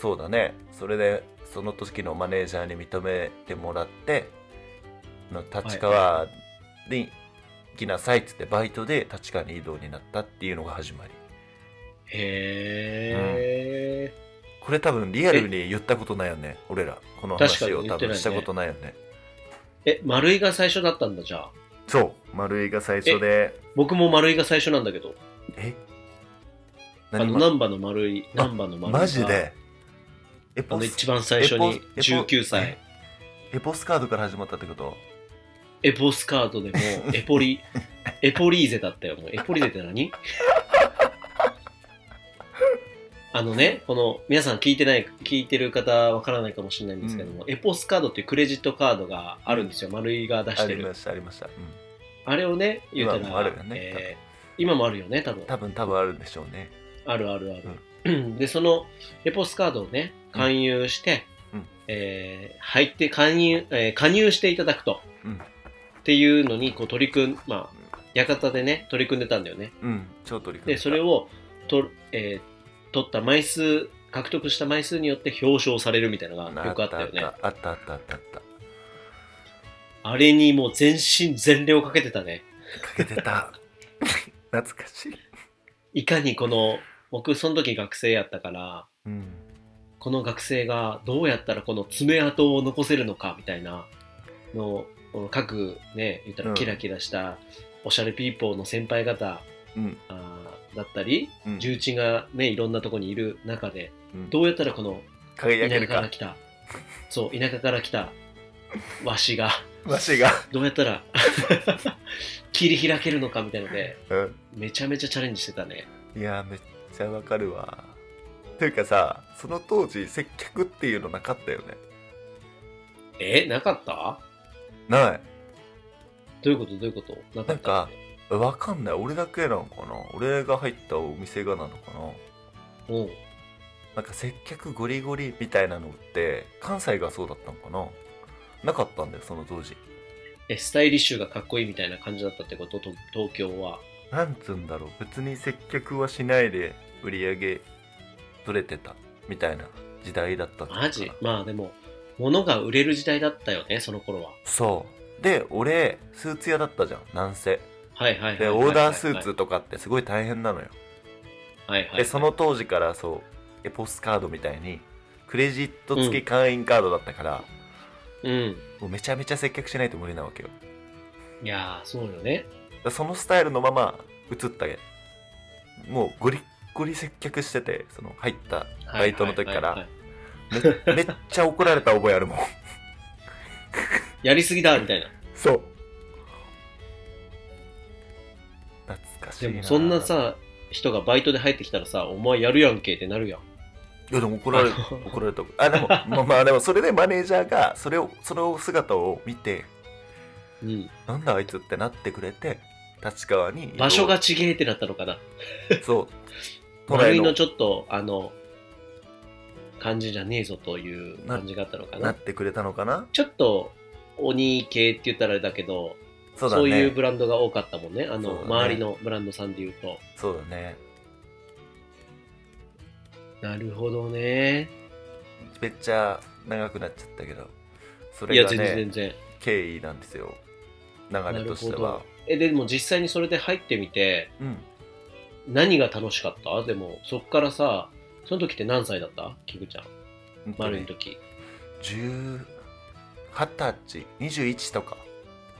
S3: そうだねそれでその時のマネージャーに認めてもらっての立川に行きなさいっつってバイトで立川に移動になったっていうのが始まり
S2: へえ、
S3: これ多分リアルに言ったことないよね俺らこの
S2: 確か
S3: 話
S2: に
S3: を
S2: 言
S3: 多
S2: って
S3: 分
S2: ないね
S3: したことないよね
S2: え丸井が最初だったんだじゃあ
S3: そう丸井が最初で
S2: 僕も丸井が最初なんだけど
S3: え
S2: あの
S3: ま
S2: 難波の丸井
S3: あ
S2: 難波の丸井が
S3: マジでエ
S2: あ
S3: ポ
S2: の
S3: ス
S2: 一番最初に
S3: エポエポ
S2: 19歳
S3: エポスカードから始まったってこと
S2: エポスカートでもエ ポリエポリーゼだったよもうエポリーゼって何あのね、この、皆さん聞いてない、聞いてる方わからないかもしれないんですけども、エポスカードっていうクレジットカードがあるんですよ。丸井が出し
S3: あ
S2: て
S3: り
S2: る
S3: ま。したありました、うん、
S2: あれをね、言うたら、
S3: 今もあるよね
S2: えー今もあるよね、多分。
S3: 多分多分あるんでしょうね
S2: あるあるある。で、そのエポスカードをね、勧誘して、
S3: うん
S2: えー入って勧誘、えー加入していただくと。
S3: うん
S2: っていうのに、こう取り組ん、まあ、館でね、取り組んでたんだよね。
S3: うん超取り組ん
S2: で、それ
S3: を
S2: を、と、えー取った枚数、獲得した枚数によって表彰されるみたいなのがよくあったよね。
S3: あったあったあったあった
S2: あれにもう全身全霊をかけてたね。
S3: かけてた 懐かしい、
S2: いかにこの、僕その時学生やったから、
S3: うん、
S2: この学生がどうやったらこの爪痕を残せるのかみたいなのを各ね言った
S3: う
S2: ら
S3: ん
S2: キラキラしたおしゃれピーポーの先輩方、
S3: うん
S2: あーだったり
S3: うん
S2: 重鎮がねいろんなとこにいる中で
S3: うん
S2: どうやったらこの
S3: 輝
S2: 田
S3: け
S2: 舎
S3: る
S2: から
S3: か
S2: 来たそう田舎から来たわしが
S3: わしが、
S2: どうやったら 切り開けるのかみたいので
S3: うん
S2: めちゃめちゃチャレンジしてたね
S3: いやーめっちゃわかるわというかさその当時接客っていうのなかったよね
S2: えなかった
S3: ない
S2: どういうことどういうこと
S3: な
S2: なかっ
S3: ん
S2: た
S3: かわかんない俺だけなのかな俺が入ったお店がなのかな
S2: うん
S3: なんか接客ゴリゴリみたいなのって関西がそうだったのかななかったんだよその当時
S2: えスタイリッシュがかっこいいみたいな感じだったってことと東京は
S3: なんつうんだろう別に接客はしないで売り上げ取れてたみたいな時代だったんだから
S2: マジまあでも物が売れる時代だったよねその頃は
S3: そうで俺スーツ屋だったじゃんなんせ
S2: はいはいはい
S3: で
S2: はい
S3: オーダースーツとかってすごい大変なのよ
S2: はいはい
S3: でその当時からそうエポスカードみたいにクレジット付き会員カードだったから、
S2: うん
S3: もうめちゃめちゃ接客しないと無理なわけよだか
S2: いやーそうよね
S3: らそのスタイルのまま移ったげもうゴリッゴリ接客しててその入ったバイトの時か
S2: はいはい
S3: ら
S2: は
S3: め
S2: い
S3: めっちゃ怒られた覚えあるもん
S2: やりすぎだみたいな
S3: そう懐かしい
S2: で
S3: な
S2: もそんなさ人がバイトで入ってきたらさお前やるやんけってなるやん
S3: いやでも怒られる
S2: あの
S3: 怒られたあで もまあまあでもそれでマネージャーがそれをその姿を見て
S2: うん
S3: なんだあいつってなってくれて立川に移動
S2: 場所がちげえってなったのかな
S3: そう都
S2: 丸
S3: 内
S2: いの
S3: の
S2: ちょっとあの感じじゃねえぞという感じがあったのか
S3: な
S2: な
S3: ってくれたのかな
S2: ちょっと鬼系って言ったらあれだけど
S3: そうだ
S2: そういう
S3: ね
S2: ブランドが多かったもんねあの
S3: そうだね
S2: 周りのブランドさんで言うと
S3: そうだね
S2: なるほどね
S3: めっちゃ長くなっちゃったけどそ
S2: い
S3: れ
S2: や
S3: が
S2: 全然全
S3: ね
S2: 然
S3: 経緯なんですよ流れとして
S2: なるほ
S3: は
S2: どえでも実際にそれで入ってみて
S3: うん
S2: 何が楽しかったでもそっからさその時って何歳だったキグちゃん
S3: 本当
S2: 丸い
S3: に
S2: 時
S3: 10 20歳21とか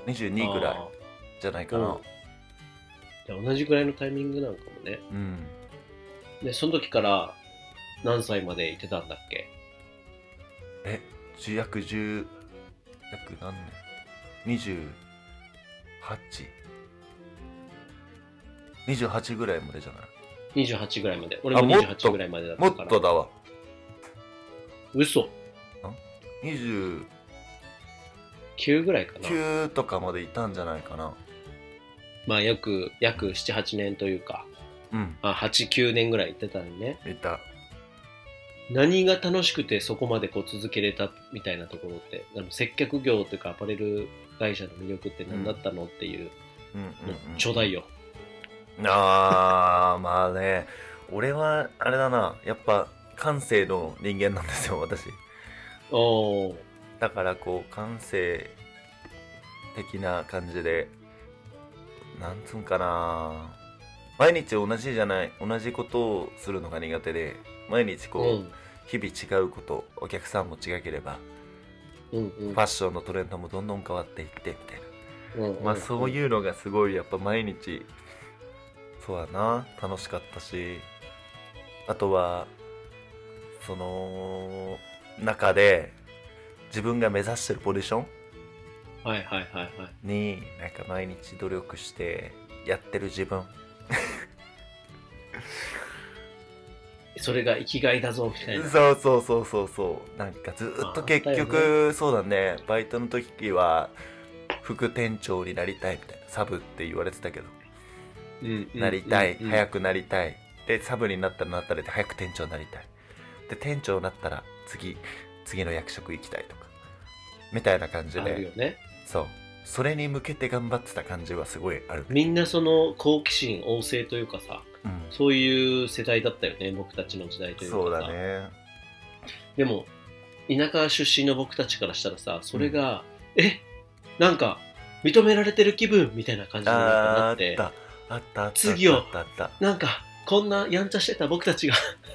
S3: 22ぐらい
S2: あ
S3: じゃないかな
S2: ーじゃあ同じぐらいのタイミングなんかもね
S3: うん
S2: でその時から何歳までいてたんだっけ
S3: え10約10約何年 ?2828 ぐらいまでじゃない
S2: 28ぐらいまで俺も
S3: あもっと
S2: 28ぐらいまでだっ
S3: も
S2: たから
S3: っとだわ
S2: 嘘
S3: 29
S2: 9ぐらいかな
S3: とかまでいたんじゃないかな
S2: まあ約約78年というか
S3: うん
S2: あ89年ぐらい行ってたのね
S3: いた
S2: 何が楽しくてそこまでこう続けれたみたいなところってあの接客業というかアパレル会社の魅力って何だったのっていう
S3: うんうん
S2: の
S3: うん
S2: ちょうだいよ、
S3: あーまあね俺はあれだなやっぱ感性の人間なんですよ私
S2: おお
S3: だからこう感性的な感じでなんつうんかな毎日同じじゃない同じことをするのが苦手で毎日こう、
S2: うん
S3: 日々違うことお客さんも違ければ、
S2: うんうん
S3: ファッションのトレンドもどんどん変わっていってみたいな、
S2: うんうん
S3: まあそう
S2: う
S3: いうのがすごいやっぱ毎日そうだな楽しかったしあとはその中で自分が目指してるポジション
S2: んはいはいはいはい
S3: になんか毎日努力してやってる自分
S2: それが生きがいだぞみたいな。
S3: そうそうそうそうそうなんかずっと結
S2: ああった
S3: 局、そうだねバイトの時は副店長になりたいみたいなサブって言われてたけど、なりたい、早
S1: く。
S3: くなりたいでサブになったらなったらで早く店長になりたいで店長になったら次次の役職行きたいとかみたいな感じ
S2: ある
S3: で
S2: よね。
S3: そうそれに向けて頑張ってた感じはすごいある、
S2: みんなその好奇心旺盛というかさ、
S3: うん、
S2: そういう世代だったよね、僕たちの時代というかさ。
S3: そうだね
S2: でも、田舎出身の僕たちからしたらさ、それが、えなんか、認められてる気分みたいな感じに
S3: あー
S2: な
S3: あ
S2: っ、
S3: ってたあったあった
S2: 次を
S3: あったあった
S2: なんか、こんなやんちゃしてた僕たちが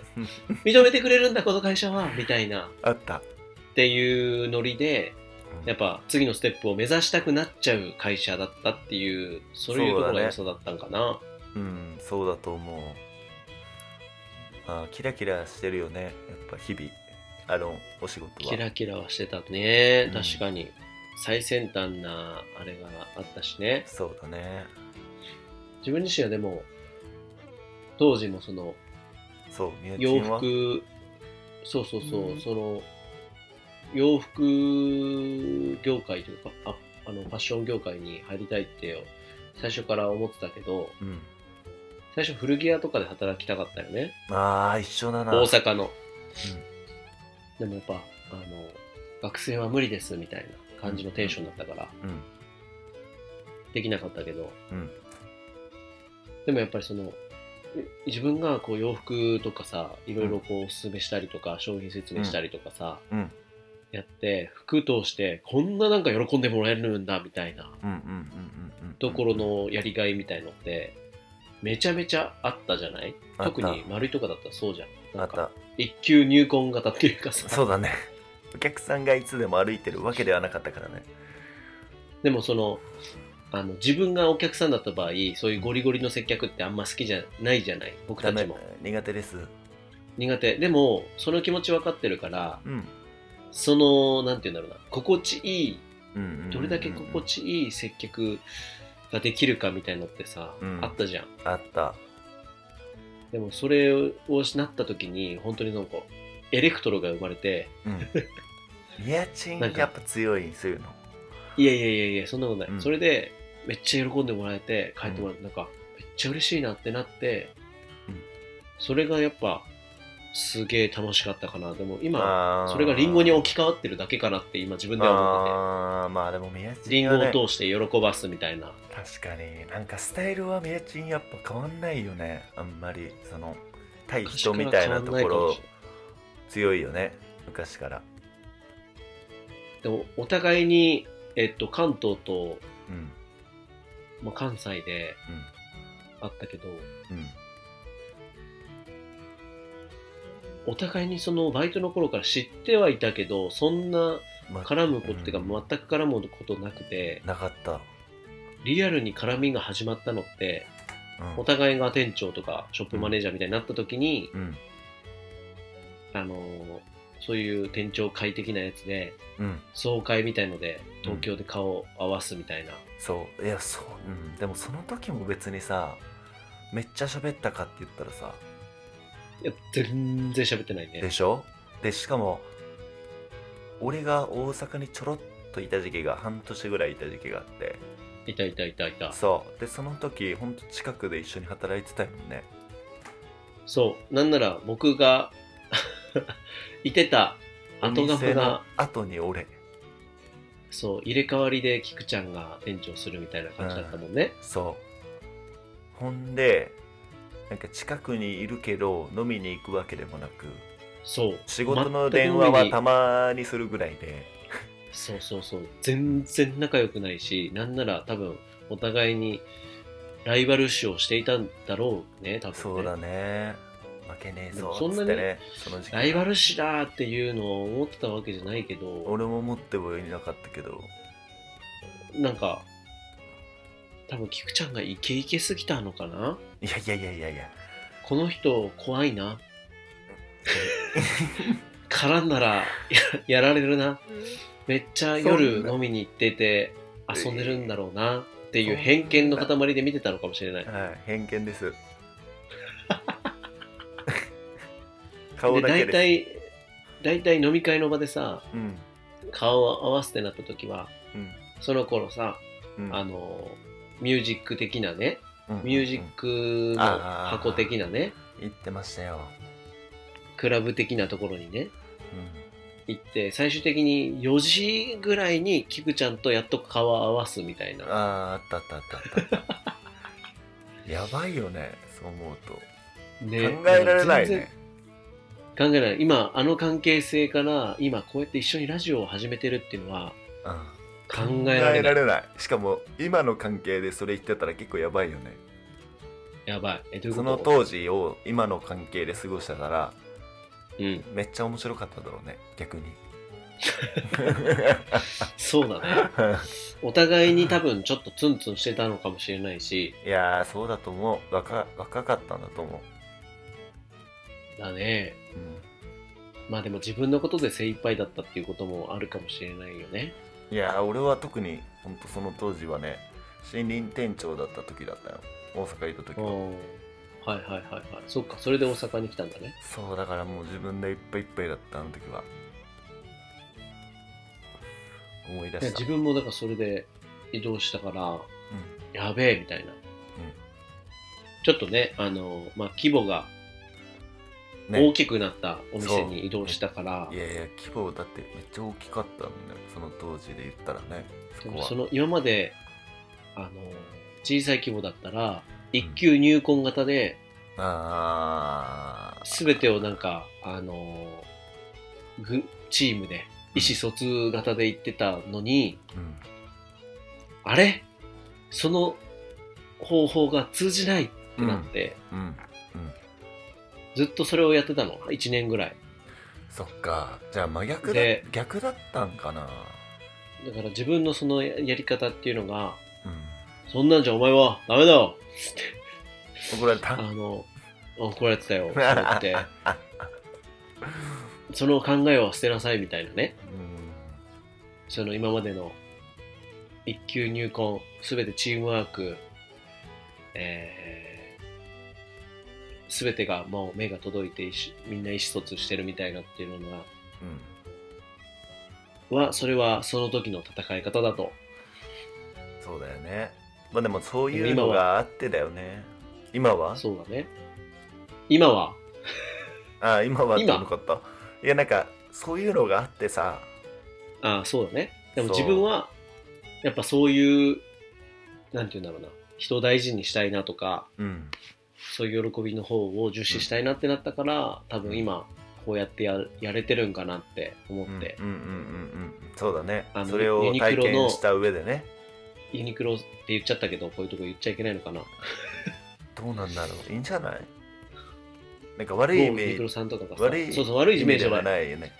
S2: 認めてくれるんだ、この会社はみたいな、
S3: あった
S2: っていうノリで、
S3: うん
S2: やっぱ次のステップを目指したくなっちゃう会社だったっていう、そういうところが良さだったんかな。
S3: うんそうだと思うあーキラキラしてるよねやっぱ日々あのお仕事は
S2: キラキラはしてたね、
S3: うん
S2: 確かに。最先端なあれがあったしね。
S3: そうだね
S2: 自分自身はでも、当時もその、
S3: そうみゆ
S2: 洋
S3: ちんは
S2: 服そうそうそう、
S4: うん
S2: その洋服業界というかああのファッション業界に入りたいって最初から思ってたけど
S3: うん
S2: 最初古着屋とかで働きたかったよね
S3: ああ一緒だな
S2: 大阪の、でもやっぱあの学生は無理ですみたいな感じのテンションだったから、
S3: うん
S2: できなかったけど、
S3: うん
S2: でもやっぱりそのえ自分がこう洋服とかさいろいろこうおすすめしたりとか商品説明したりとかさ、
S3: うん
S2: やって服通してこんななんか喜んでもらえるんだみたいな
S3: うんうんうんうんうん
S2: ところのやりがいみたいのってめちゃめちゃあったじゃない
S3: あった
S2: 特に丸いとかだったらそうじゃん
S3: あ
S2: なん
S3: っ
S2: か
S3: た
S2: 一級入魂型っていうかさ
S3: そうだねお客さんがいつでも歩いてるわけではなかったからね
S2: でもそのあの自分がお客さんだった場合そういうゴリゴリの接客ってあんま好きじゃないじゃない僕
S3: ダ
S2: たち
S3: メ
S2: も
S3: 苦手です
S2: 苦手でもその気持ち分かってるから
S3: うん
S2: そのなんて言うんだろうな心地いい
S3: うんうんうんうん
S2: どれだけ心地いい接客ができるかみたいのってさ、
S3: うん
S2: あったじゃん
S3: あった
S2: でもそれをなった時に本当になんかエレクトロが生まれて
S3: うんみやちん
S2: なんか
S3: やっぱ強いそういうの
S2: いやいやいやいやそんなことない、
S3: うん
S2: それでめっちゃ喜んでもらえて帰ってもらって、なんかめっちゃ嬉しいなってなって、
S3: うん
S2: それがやっぱすげえ楽しかったかなでも
S3: あ
S2: 今
S3: ー
S2: それがリンゴに置き換わってるだけかなって今自分では思って
S3: あーまあでもみや
S2: て
S3: ち
S2: リ
S3: ん
S2: ン
S3: はね
S2: ゴを通して喜ばすみたいな
S3: 確かになんかスタイルはみやちんやっぱ変わんないよねあんまりその対人みたいなとこ
S2: 昔から変わん
S3: ろ
S2: ないかもしれない
S3: 強いよね昔から
S2: でもお互いに、えっと、関東と、
S3: うん
S2: まあ、関西であったけど、
S3: うんうん
S2: お互いにそのバイトの頃から知ってはいたけどそんな
S3: ま
S2: 絡むことっていううんか全く絡むことなくて
S3: なかった、
S2: リアルに絡みが始まったのって
S3: うん
S2: お互いが店長とかショップマネージャーみたいになった時に、
S3: うん
S2: あのーそういう店長会的なやつで
S3: うん
S2: 総会みたいので東京で顔を合わすみたいな、
S3: そういやそう、うん、でもその時も別にさめっちゃ喋ったかって言ったらさ
S2: いや全然喋ってない
S3: で
S2: ね
S3: しょでしかも俺が大阪にちょろっといた時期が半年ぐらいいた時期があって
S2: いたいたいたいた
S3: そうでその時ほんと近くで一緒に働いてたよね
S2: そうなんなら僕が いてた後
S3: お
S2: 釜
S3: 店の
S2: が
S3: 後に俺
S2: そう入れ替わりで菊ちゃんが店長するみたいな感じだったもんね、
S3: そうほんでなんか近くにいるけど飲みに行くわけでもなく
S2: そう
S3: 仕事の電話はたまにするぐらいで
S2: そうそうそう全然仲良くないしなんなら多分お互いにライバル視をしていたんだろうね多分ね
S3: そうだね負けねえ
S2: で
S3: ぞ
S2: もそん
S3: っつ
S2: なに
S3: ってねその時
S2: ライバ
S3: 期
S2: ル視だっていうのを思ってたわけじゃないけど
S3: 俺も持ってはいなかったけど
S2: なんか多分菊ちゃんがイケイケすぎたのかない
S3: やいやいやいやいや
S2: この人怖い な絡んだらややられるなめっち
S3: そ
S2: ゃ
S3: ん
S2: 夜
S3: な
S2: 飲みに行ってて遊んでるんだろうなっていう偏見の塊で見てたのかもしれない
S3: はい偏見です顔
S2: で
S3: だけ
S2: 大
S3: で
S2: 体大体飲み会の場でさ
S3: うん
S2: 顔を合わせてなった時は
S3: うん
S2: その頃さ
S3: うん
S2: あのミュージック的なね
S3: うん
S2: ミュージックの箱的なね
S3: うん言ってましたよ、
S2: クラブ的なところにね
S3: う
S2: 行って最終的に4時ぐらいにキクちゃんとやっと顔を合わすみたい
S3: ん、
S2: な
S3: ああーあったあったあったあったあった やばいよねそう思うと考
S2: ね
S3: えられない
S2: 全然
S3: ね
S2: 考えられない今あの関係性から今こうやって一緒にラジオを始めてるっていうのは
S3: うん
S2: 考えられない
S3: しかも今の関係でそれ言ってたら結構やばいよね
S2: やばいえどういう
S3: そ
S2: こ
S3: の
S2: と
S3: 当時を今の関係で過ごしたから
S2: うん、
S3: めっちゃ面白かっただろうね 逆に
S2: そうだねお互いに多分ちょっとツンツンしてたのかもしれないし
S3: いやーそうだと思う若若かったんだと思う、
S2: だね
S3: う
S2: まあでも自分のことで精一杯だったっていうこともあるかもしれないよね
S3: ん、いやー俺は特にほんとその当時はね森林店長だった時だったよ大阪いた時
S2: うんはいはいはいはいそっかそれで大阪に来たんだね
S3: そうだからもう自分でいっぱいいっぱいだったあの時は思い出
S2: いや
S3: した
S2: 自分もだからそれで移動したからやべえみたいな、ちょっとねあの、まあ、規模が
S3: うんね
S2: 大きくなったお店に移動したから、
S3: いやいや規模だってめっちゃ大きかったもんねその当時で言ったらねそ
S2: で
S3: こ
S2: も
S3: は
S2: その今まであの小さい規模だったら一級入魂型で
S3: ああ
S2: 全てをなんかあのグチームで意思疎通型で行ってたのに、
S3: うん
S2: あれその方法が通じないって
S3: うん
S2: なって、
S3: うんうん
S2: ずっとそれをやってたの1年ぐらい
S3: そっかじゃあ真逆だ
S2: で
S3: 逆だったんかな
S2: だから自分のそのややり方っていうのが
S3: うん
S2: そんなんじゃお前はダメだよつって
S3: 怒られ
S2: あ
S3: た
S2: の怒られてた よと思ってその考えを捨てなさいみたいなね
S3: うん
S2: その今までの一級入魂すべてチームワークえー、すべてがもう目が届いて一緒みんな意思疎通してるみたいなっていうのが
S3: うん
S2: はそれはその時の戦い方だと
S3: そうだよねまあでもそういうのがあってだよね今は
S2: そうだね今は
S3: あ今はって
S2: 今
S3: のかったいやなんかそういうのがあってさ
S2: ああそうだねでも
S3: そう
S2: 自分はやっぱそういうなんて言うんだろうな人を大事にしたいなとか
S3: うん
S2: そういう喜びの方を重視したいなってなったから多分今こうやってややれてるんかなって思
S3: うんうんうんう
S2: っ
S3: ん
S2: て、
S3: うんそうだね
S2: あの
S3: それを
S2: ユニク
S3: 体
S2: ロの
S3: 験した上でね
S2: ユニクロって言っちゃったけどこういうとこ言っちゃいけないのかな
S3: どうなんだろういいんじゃないなんか悪いイ
S2: もう
S3: メ
S2: ユニク
S3: ー
S2: ロ
S3: ジ
S2: さんとかがさ
S3: 悪い
S2: そうそう悪いイメージじゃない
S3: ないよね、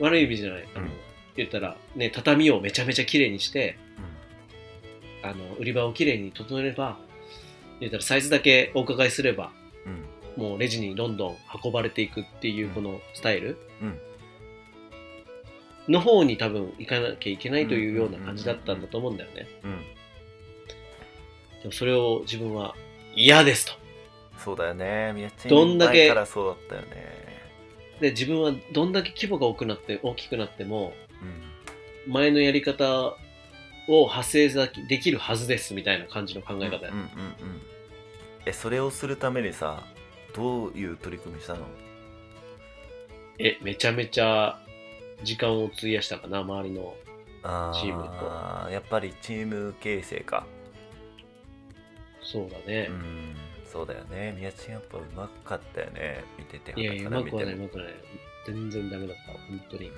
S2: 悪い意味じゃないあの、
S3: うん
S2: 言ったら、ね、畳をめちゃめちゃ綺麗にしてあの売り場を綺麗に整えれば言ったらサイズだけお伺いすれば
S3: うんうん、
S2: もうレジにどんどん運ばれていくっていうこのスタイル、
S3: うん
S2: の方に多分行かなきゃいけないというような感じだったんだと思うんだよね。
S3: うん、
S2: でもそれを自分は嫌ですと。
S3: そうだよね宮地
S2: どんだけ
S3: 前からそうだったよね
S2: で自分はどんだけ規模が大きくなって大きくなっても
S3: うん
S2: 前のやり方を派生さできるはずですみたいな感じの考え方や、
S3: うんうんうんうんえそれをするためにさどういう取り組みしたの
S2: えめちゃめちゃ時間を費やしたかな周りの
S3: あ
S2: チーム
S3: あやっぱりチーム形成か
S2: そうだね
S3: う、んそうだよね宮地やっぱうまかったよね見てて
S2: いやいやう
S3: 傍
S2: ま
S3: から
S2: くはない
S3: 見ても
S2: うまくはない全然ダメだった本当に
S3: う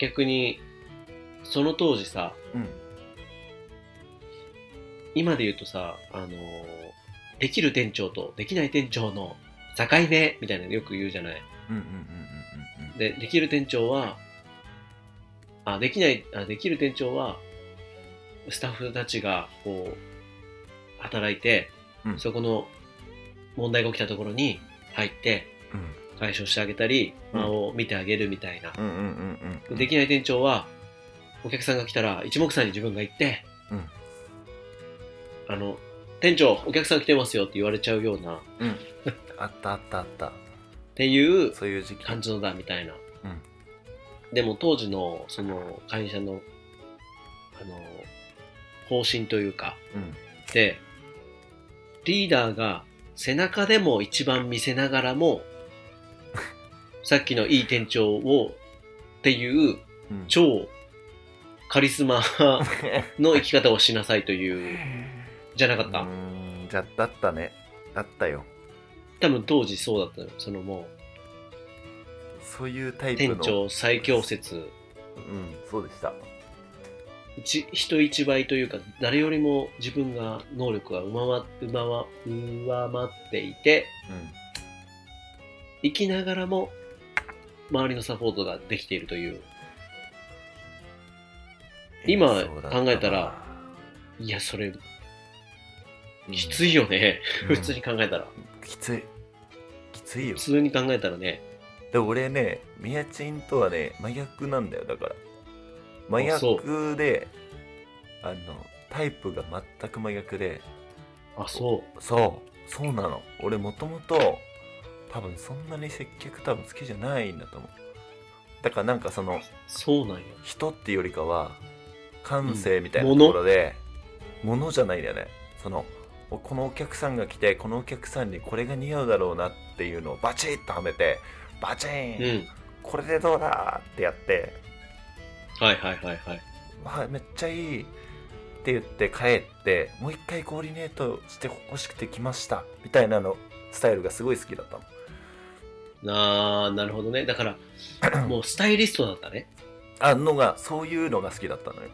S2: 逆にその当時さ
S3: んうん
S2: 今で言うとさあのーできる店長とできない店長の境目みたいなのよく言うじゃない
S3: うんうんうんうん
S2: でできる店長はあできないあできる店長はスタッフたちがこう働いて、
S3: うん
S2: そこの問題が起きたところに入って
S3: うん
S2: 解消してあげたり
S3: うん
S2: 間を見てあげるみたいな、
S3: うんうんうんうんうん
S2: できない店長はお客さんが来たら一目散に自分が行って、
S3: うん
S2: あの店長お客さん来てますよって言われちゃうような
S3: あったあったあった
S2: っていう
S3: そういう時期
S2: 感じのだみたいな、
S3: うん
S2: でも当時のその会社のあの方針というか
S3: うん
S2: でリーダーが背中でも一番見せなが らもさっきのいい店長をっていう
S3: うん
S2: 超カリスマの生き方をしなさいというじゃなかった、
S3: うーんじゃだったねだったよ
S2: 多分当時そうだったのよそのも
S3: そういうタイ
S2: う
S3: プの
S2: 店長最強説
S3: うんそうでした
S2: 一人一倍というか誰よりも自分が能力が上回上回上回っていて
S3: う
S2: 生きながらも周りのサポートができているというん今
S3: そうだったな
S2: 考えたらいやそれきついよね、
S3: うん
S2: 普通に考えたら
S3: きついきついよ
S2: 普通に考えたらね
S3: で俺ねミヤチンとはね真逆なんだよだから真逆であのタイプが全く真逆で
S2: あそ
S3: そうそうなの俺もともと多分そんなに接客多分好きじゃないんだと思うだからなんかその
S2: うそうなんや
S3: 人っていうよりかは感性みたいなところで、ものじゃないんだよねそのおこのお客さんが来てこのお客さんにこれが似合うだろうなっていうのをバチッとはめてバチーン、
S2: うん
S3: これでどうだってやって
S2: はいはいはいはい
S3: わあめっちゃいいって言って帰ってもう一回コーディネートして欲しくて来ましたみたいなのスタイルがすごい好きだったの
S2: あーなるほどねだか らもうスタイリストだったね
S3: あのがそういうのが好きだったのよ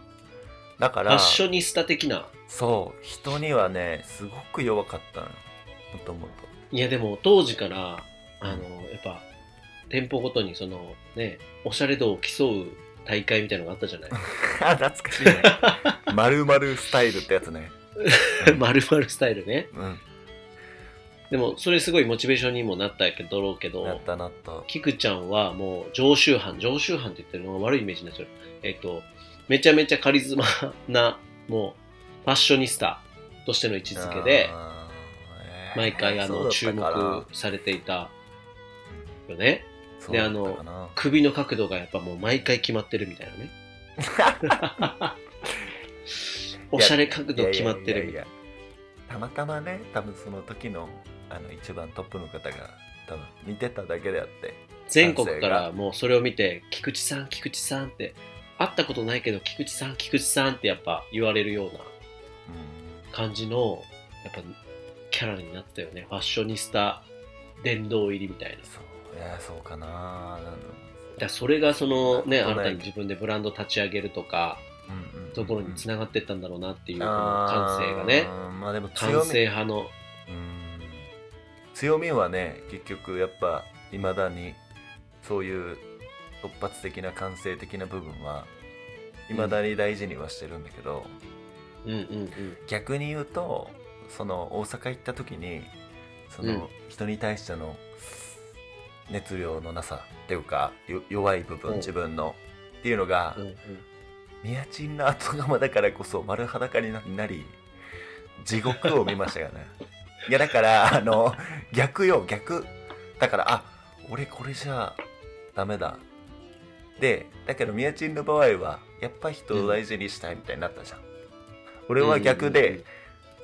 S3: だか
S2: フ
S3: ら
S2: ァッショニスタ的な
S3: そう人にはねすごく弱かったのよもともと
S2: いやでも当時からあのやっぱ店舗ごとにそのねおしゃれ度を競う大会みたいなのがあっ たじゃない
S3: あ懐かしいね 「まるまるスタイル」ってやつね
S2: まるまるスタイルね
S3: うん
S2: でもそれすごいモチベーションにもなったけどろうけ
S3: な
S2: ど
S3: ったなった
S2: キクちゃんはもう常習犯常習犯って言ってるのが悪いイメージになっちゃうえっとめちゃめちゃカリスマなもうファッショニスタとしての位置づけで
S3: あーえー
S2: 毎回あの
S3: そ
S2: 注
S3: うだったかな
S2: 目されていたよね
S3: そうだったかな
S2: 首の角度がやっぱもう毎回決まってるみたい なねおしゃれ角度決まって
S3: いやいや
S2: るみたい
S3: いやいやたまたまね多分その時のあの一番トップの方が多分見てただけであって
S2: 全国からもうそれを見て菊池さん菊池さんって会ったことないけど菊池さん菊池さんってやっぱ言われるような
S3: うん
S2: 感じのやっぱキャラになってたよねファッショニスタ殿堂入りみたいなだか
S3: そういやそうかななんだろ
S2: らそれがそのね
S3: そん
S2: 新
S3: な
S2: たに自分でブランド立ち上げるとか
S3: ううんうんうん
S2: ところにつながってったんだろうなっていうこの
S3: あ
S2: 感
S3: ー
S2: 性がね
S3: まあでも強
S2: 感性
S3: み
S2: 派の
S3: うん強みはね結局やっぱいまだにそういう突発的な感性的な部分はいまだに大事にはしてるんだけど、
S2: うんうんうん
S3: 逆に言うとその大阪行った時にその、
S2: うん
S3: 人に対しての熱量のなさっていうかよ弱い部
S2: うん
S3: 分自分の、っていうのが、
S2: うんうん
S3: 宮賃の後釜だからこそ丸裸にななり地獄を見ましたよね いやだからあの逆よ逆だからあ俺これじゃダメだでだけど宮賃の場合はやっぱ人を大事にしたいみたいになったじゃん、俺は逆で、
S2: うんうんうん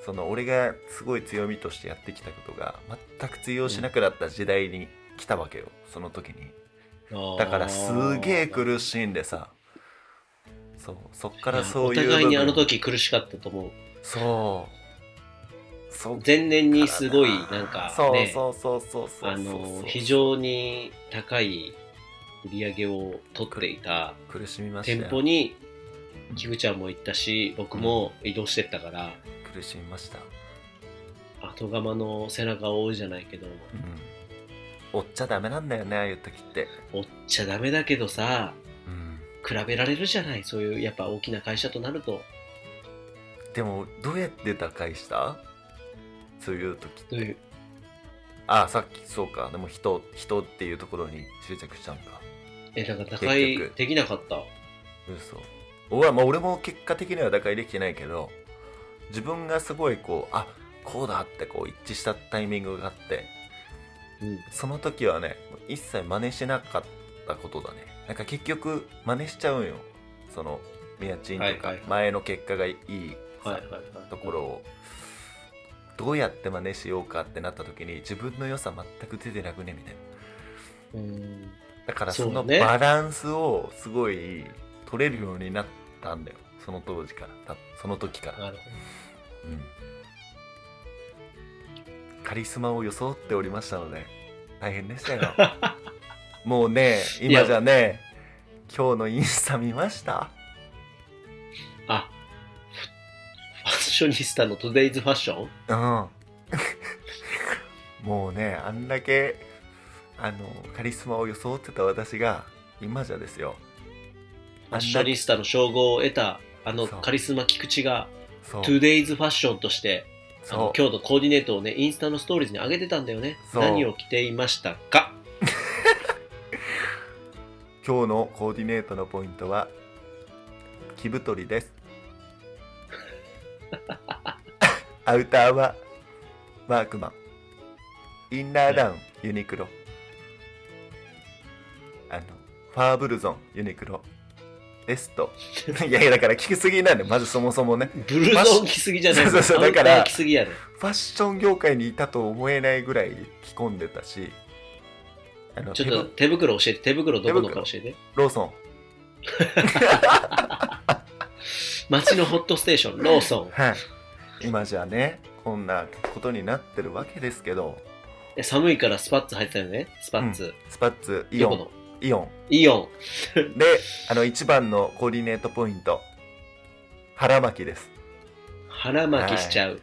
S3: その俺がすごい強みとしてやってきたことが全く通用しなくなった時代に来たわけよその時にだからすげえ
S2: る
S3: 苦しいんでさそうそっか
S2: か
S3: らそういう
S2: お互いにあの時苦しかったと思う
S3: そうそっ
S2: 前年にすごいなんか
S3: そう
S2: ね
S3: そうそうそうそう
S2: あ
S3: そうそう
S2: の非常に高い売り上げを取っていた
S3: 苦しみました
S2: 店舗
S3: よ
S2: に菊ちゃんも行ったし僕も移動してったから
S3: 苦しみました、
S2: 後釜の背中を追うじゃないけど
S3: うん、追っちゃダメなんだよねああいう時って
S2: 追っちゃダメだけどさ
S3: うん
S2: 比べられるじゃないそういうやっぱ大きな会社となると
S3: でもどうやって打開したそういう時って
S2: どういう
S3: あさっきそうかでも人人っていうところに執着したんか
S2: えだから打開
S3: 結局
S2: できなかった
S3: 嘘俺はまあ俺も結果的には打開できてないけど自分がすごいこうあこうだってこう一致したタイミングがあって
S2: うん
S3: その時はね一切真似しなかったことだねなんか結局真似しちゃうんよそのミヤチンとか
S2: はいはいはい
S3: 前の結果がいいさ
S2: はいはいはい
S3: ところをどうやって真似しようかってなった時に自分の良さ全く出てなくねみたいな
S2: うん
S3: だから
S2: そう
S3: その
S2: ね
S3: バランスをすごい取れるようになったんだよその当時からたその時から
S2: なる
S3: うんカリスマを装っておりましたので大変でした よもうね
S2: いや
S3: 今じゃね今日のインスタ見ました
S2: あファッショニスタのトゥデイズファッション
S3: うんもうねあんだけあのカリスマを装ってた私が今じゃですよ
S2: ファッショニスタの称号を得たあのカリスマ菊池が
S3: そう
S2: トゥデイズファッションとしてあ
S3: そ
S2: の
S3: う
S2: 今日のコーディネートをねインスタのストーリーズに上げてたんだよね
S3: そう
S2: 何を着ていましたか
S3: 今日のコーディネートのポイントは着太り ですアウターはワークマンインナーダウン、ユニクロあのファーブルゾンユニクロベストいやいやだから聞きすぎなんでまずそもそもね
S2: ブルゾン着すぎじゃな
S3: そう
S2: い
S3: そうそう
S2: アウタ
S3: だ
S2: ー
S3: から
S2: 着すぎやろ
S3: ファッション業界にいたと思えないぐらい着込んでたしあの
S2: ちょっ
S3: 手
S2: と
S3: ぶ
S2: 手袋教えて手袋どこのか教えて
S3: ローソン
S2: 街のホットステーションローソン
S3: はい、今じゃねこんなことになってるわけですけど
S2: え寒いからスパッツ履いてたよねスパッツ、
S3: スパッツイ
S2: ど
S3: オ
S2: こ
S3: ン
S2: の
S3: イオ
S2: イオン
S3: ンであの一番のコーディネートポイント腹巻きです
S2: 腹巻きしちゃう、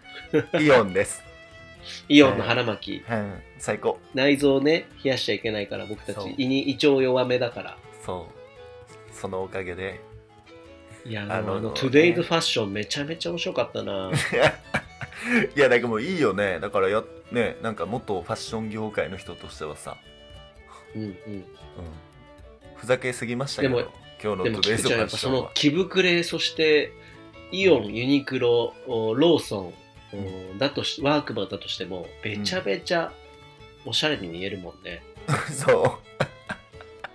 S3: イオンです、
S2: イオンの腹巻き
S3: うん、最高
S2: 内臓をね冷やしちゃいけないから僕た
S3: そ
S2: ち
S3: う
S2: 胃に胃腸弱めだから
S3: そうそのおかげで
S2: いや
S3: あ
S2: あの
S3: の
S2: あのトゥデイズファッションめちゃめちゃ面白かっ たな
S3: いやだからもういいよねだからやねなんか元ファッション業界の人としてはさ、
S2: うんうん
S3: うん、ふざけすぎましたけど
S2: でも
S3: 今日の
S2: で
S3: ト
S2: も
S3: ゥデイ
S2: 菊
S3: ズ
S2: ちゃ
S3: ファ
S2: んや
S3: ッ
S2: っぱ
S3: シ
S2: そ
S3: ョン
S2: の
S3: は
S2: 着膨れそしてイオンユニクロおローソン、うん、だとしワークマンだとしてもべちゃべちゃおしゃれに見えるもんね、
S3: そ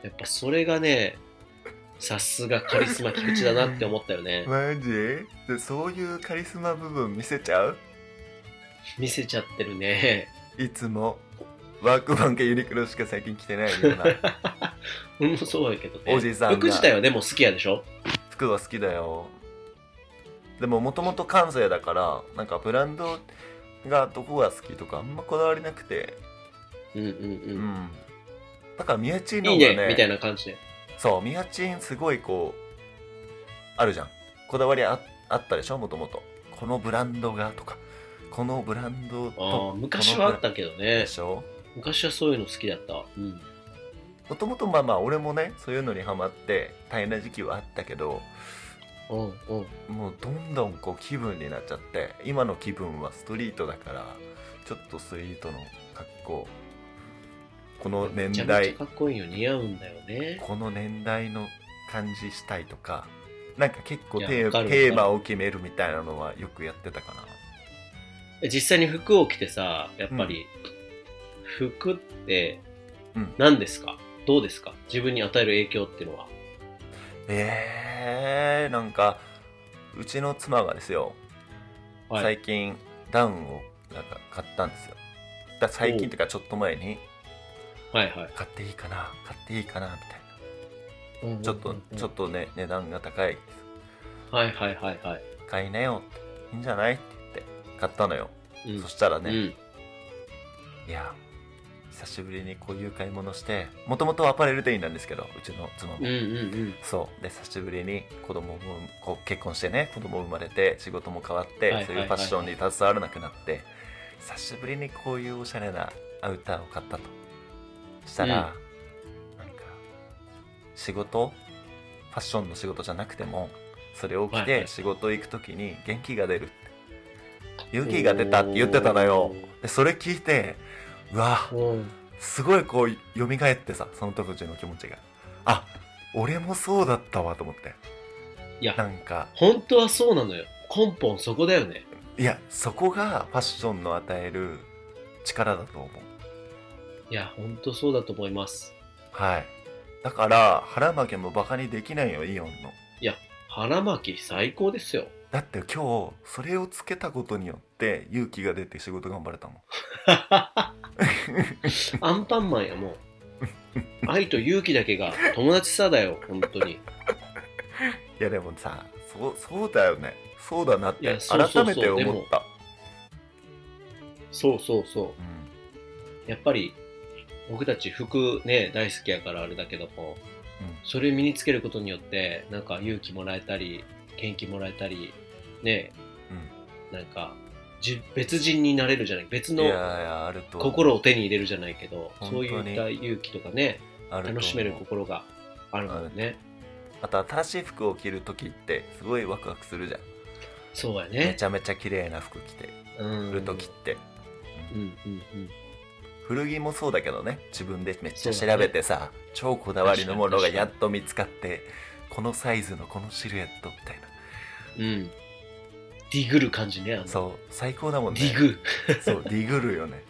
S2: やっぱそれがねさすがカリスマ菊池だなって思ったよね
S3: うマジでそういうカリスマ部分見せちゃう
S2: 見せちゃって るね
S3: いつもワークマンかユニクロしか最近着てないよう な
S2: うんそうやけどね
S3: おじさんが
S2: 服自体はでも好きやでしょ
S3: 服は好きだよでももともと関西だからなんかブランドがどこが好きとかあんまこだわりなくて
S2: うんうん
S3: う
S2: うん
S3: んだからミヤチンの
S2: いい
S3: 方がね
S2: ねみたいな感じで
S3: そうミヤチンすごいこうあるじゃんこだわりああったでしょもともとこのブランドがとかこのブランド
S2: あ
S3: と
S2: あ昔はあ
S3: この
S2: っ
S3: ブラン
S2: たけど
S3: ド
S2: ね
S3: でしょ
S2: 昔はそういうの好きだった、うん、
S3: もともとまあまあ俺もねそういうのにハマって大変な時期はあったけど
S2: うんうん
S3: もうどんどんこう気分になっちゃって今の気分はストリートだからちょっとスイートの格好この年
S2: めちゃめちゃ
S3: 代
S2: かっこいいよ似合うんだよね
S3: この年代の感じしたいとかなんか結構
S2: いや
S3: テ
S2: わ
S3: ー
S2: かるわかる
S3: テーマを決めるみたいなのはよくやってたかな
S2: 実際に服を着てさやっぱり、服って
S3: うん
S2: 何ですか、どうですか自分に与える影響っていうのは
S3: えー、なんかうちの妻がですよ、
S2: はい
S3: 最近ダウンをなんか買ったんですよだ最近っていうかちょっと前に
S2: はいはい、
S3: 買っていいかな買っていいかなみたいなちょっと、ちょっ
S2: と
S3: とね、値段が高い。
S2: はいはいはいはい、
S3: 買いなよって。いいんじゃないって言って、買ったのよ。
S2: うん
S3: そしたらね、
S2: うん
S3: いや、久しぶりにこういう買い物して、もともとアパレル店員なんですけど、うちの妻も。
S2: うんうんうん
S3: そう。で、久しぶりに子供も、こう結婚してね、子供生まれて、仕事も変わって、
S2: はい
S3: そういうファッションに携わらなくなって、久しぶりにこういうおしゃれなアウターを買ったと。したら、なんか、仕事ファッションの仕事じゃなくても、それを着
S2: はいは
S3: て
S2: い
S3: 仕事行くときに元気が出るって。勇気が出たって言ってたのよ。で、それ聞いて、うわ
S2: おーうん
S3: すごいこう蘇ってさその時の気持ちがあ俺もそうだったわと思って
S2: いや
S3: なんか
S2: 本当はそうなのよ根本そこだよね
S3: いやそこがファッションの与える力だと思う
S2: いや、ほんとそうだと思います。
S3: はい。だから、腹巻きもバカにできないよ、イオンの。
S2: 腹巻き最高で すよ。
S3: だって今日、それをつけたことによって、勇気が出て仕事頑張れたもん。
S2: アンパンマンやもう。愛と勇気だけが友達さだよ、本当に。
S3: いや、でもさ、そう、そうだよね。そうだなっ
S2: い
S3: て
S2: や、そうそうそう
S3: 改めて思った。
S2: そうそうそ
S3: うん
S2: う。やっぱり、僕たち服ね、大好きやからあれだけど
S3: う
S2: も、
S3: ん
S2: それ身につけることによって、なんか勇気もらえたり、元気もらえたり、ね、なんか、じ別人になれるじゃない、別
S3: いやい
S2: の
S3: や、あると思う。
S2: 心を手に入れるじゃないけど、
S3: 本
S2: そ
S3: 当
S2: う
S3: に
S2: いった勇気とかね、
S3: あと思う
S2: 楽しめる心があるもんね。
S3: あと新しい服を着る時ってすごいワクワクするじゃん
S2: そうや
S3: め
S2: ね。
S3: ちゃめちゃ綺麗な服着て
S2: うん。
S3: る時って、
S2: うんうんうん。
S3: 古着もそうだけどね自分でめっちゃ
S2: そうだ
S3: 調
S2: ね
S3: べてさ、超こだわりのもの
S2: 確か
S3: が
S2: に
S3: やっと見つかってこのサイズのこのシルエットみたいな、
S2: うん。ディグる感じね。あの
S3: そう最高だもんね
S2: ディグ。
S3: そうディグるよね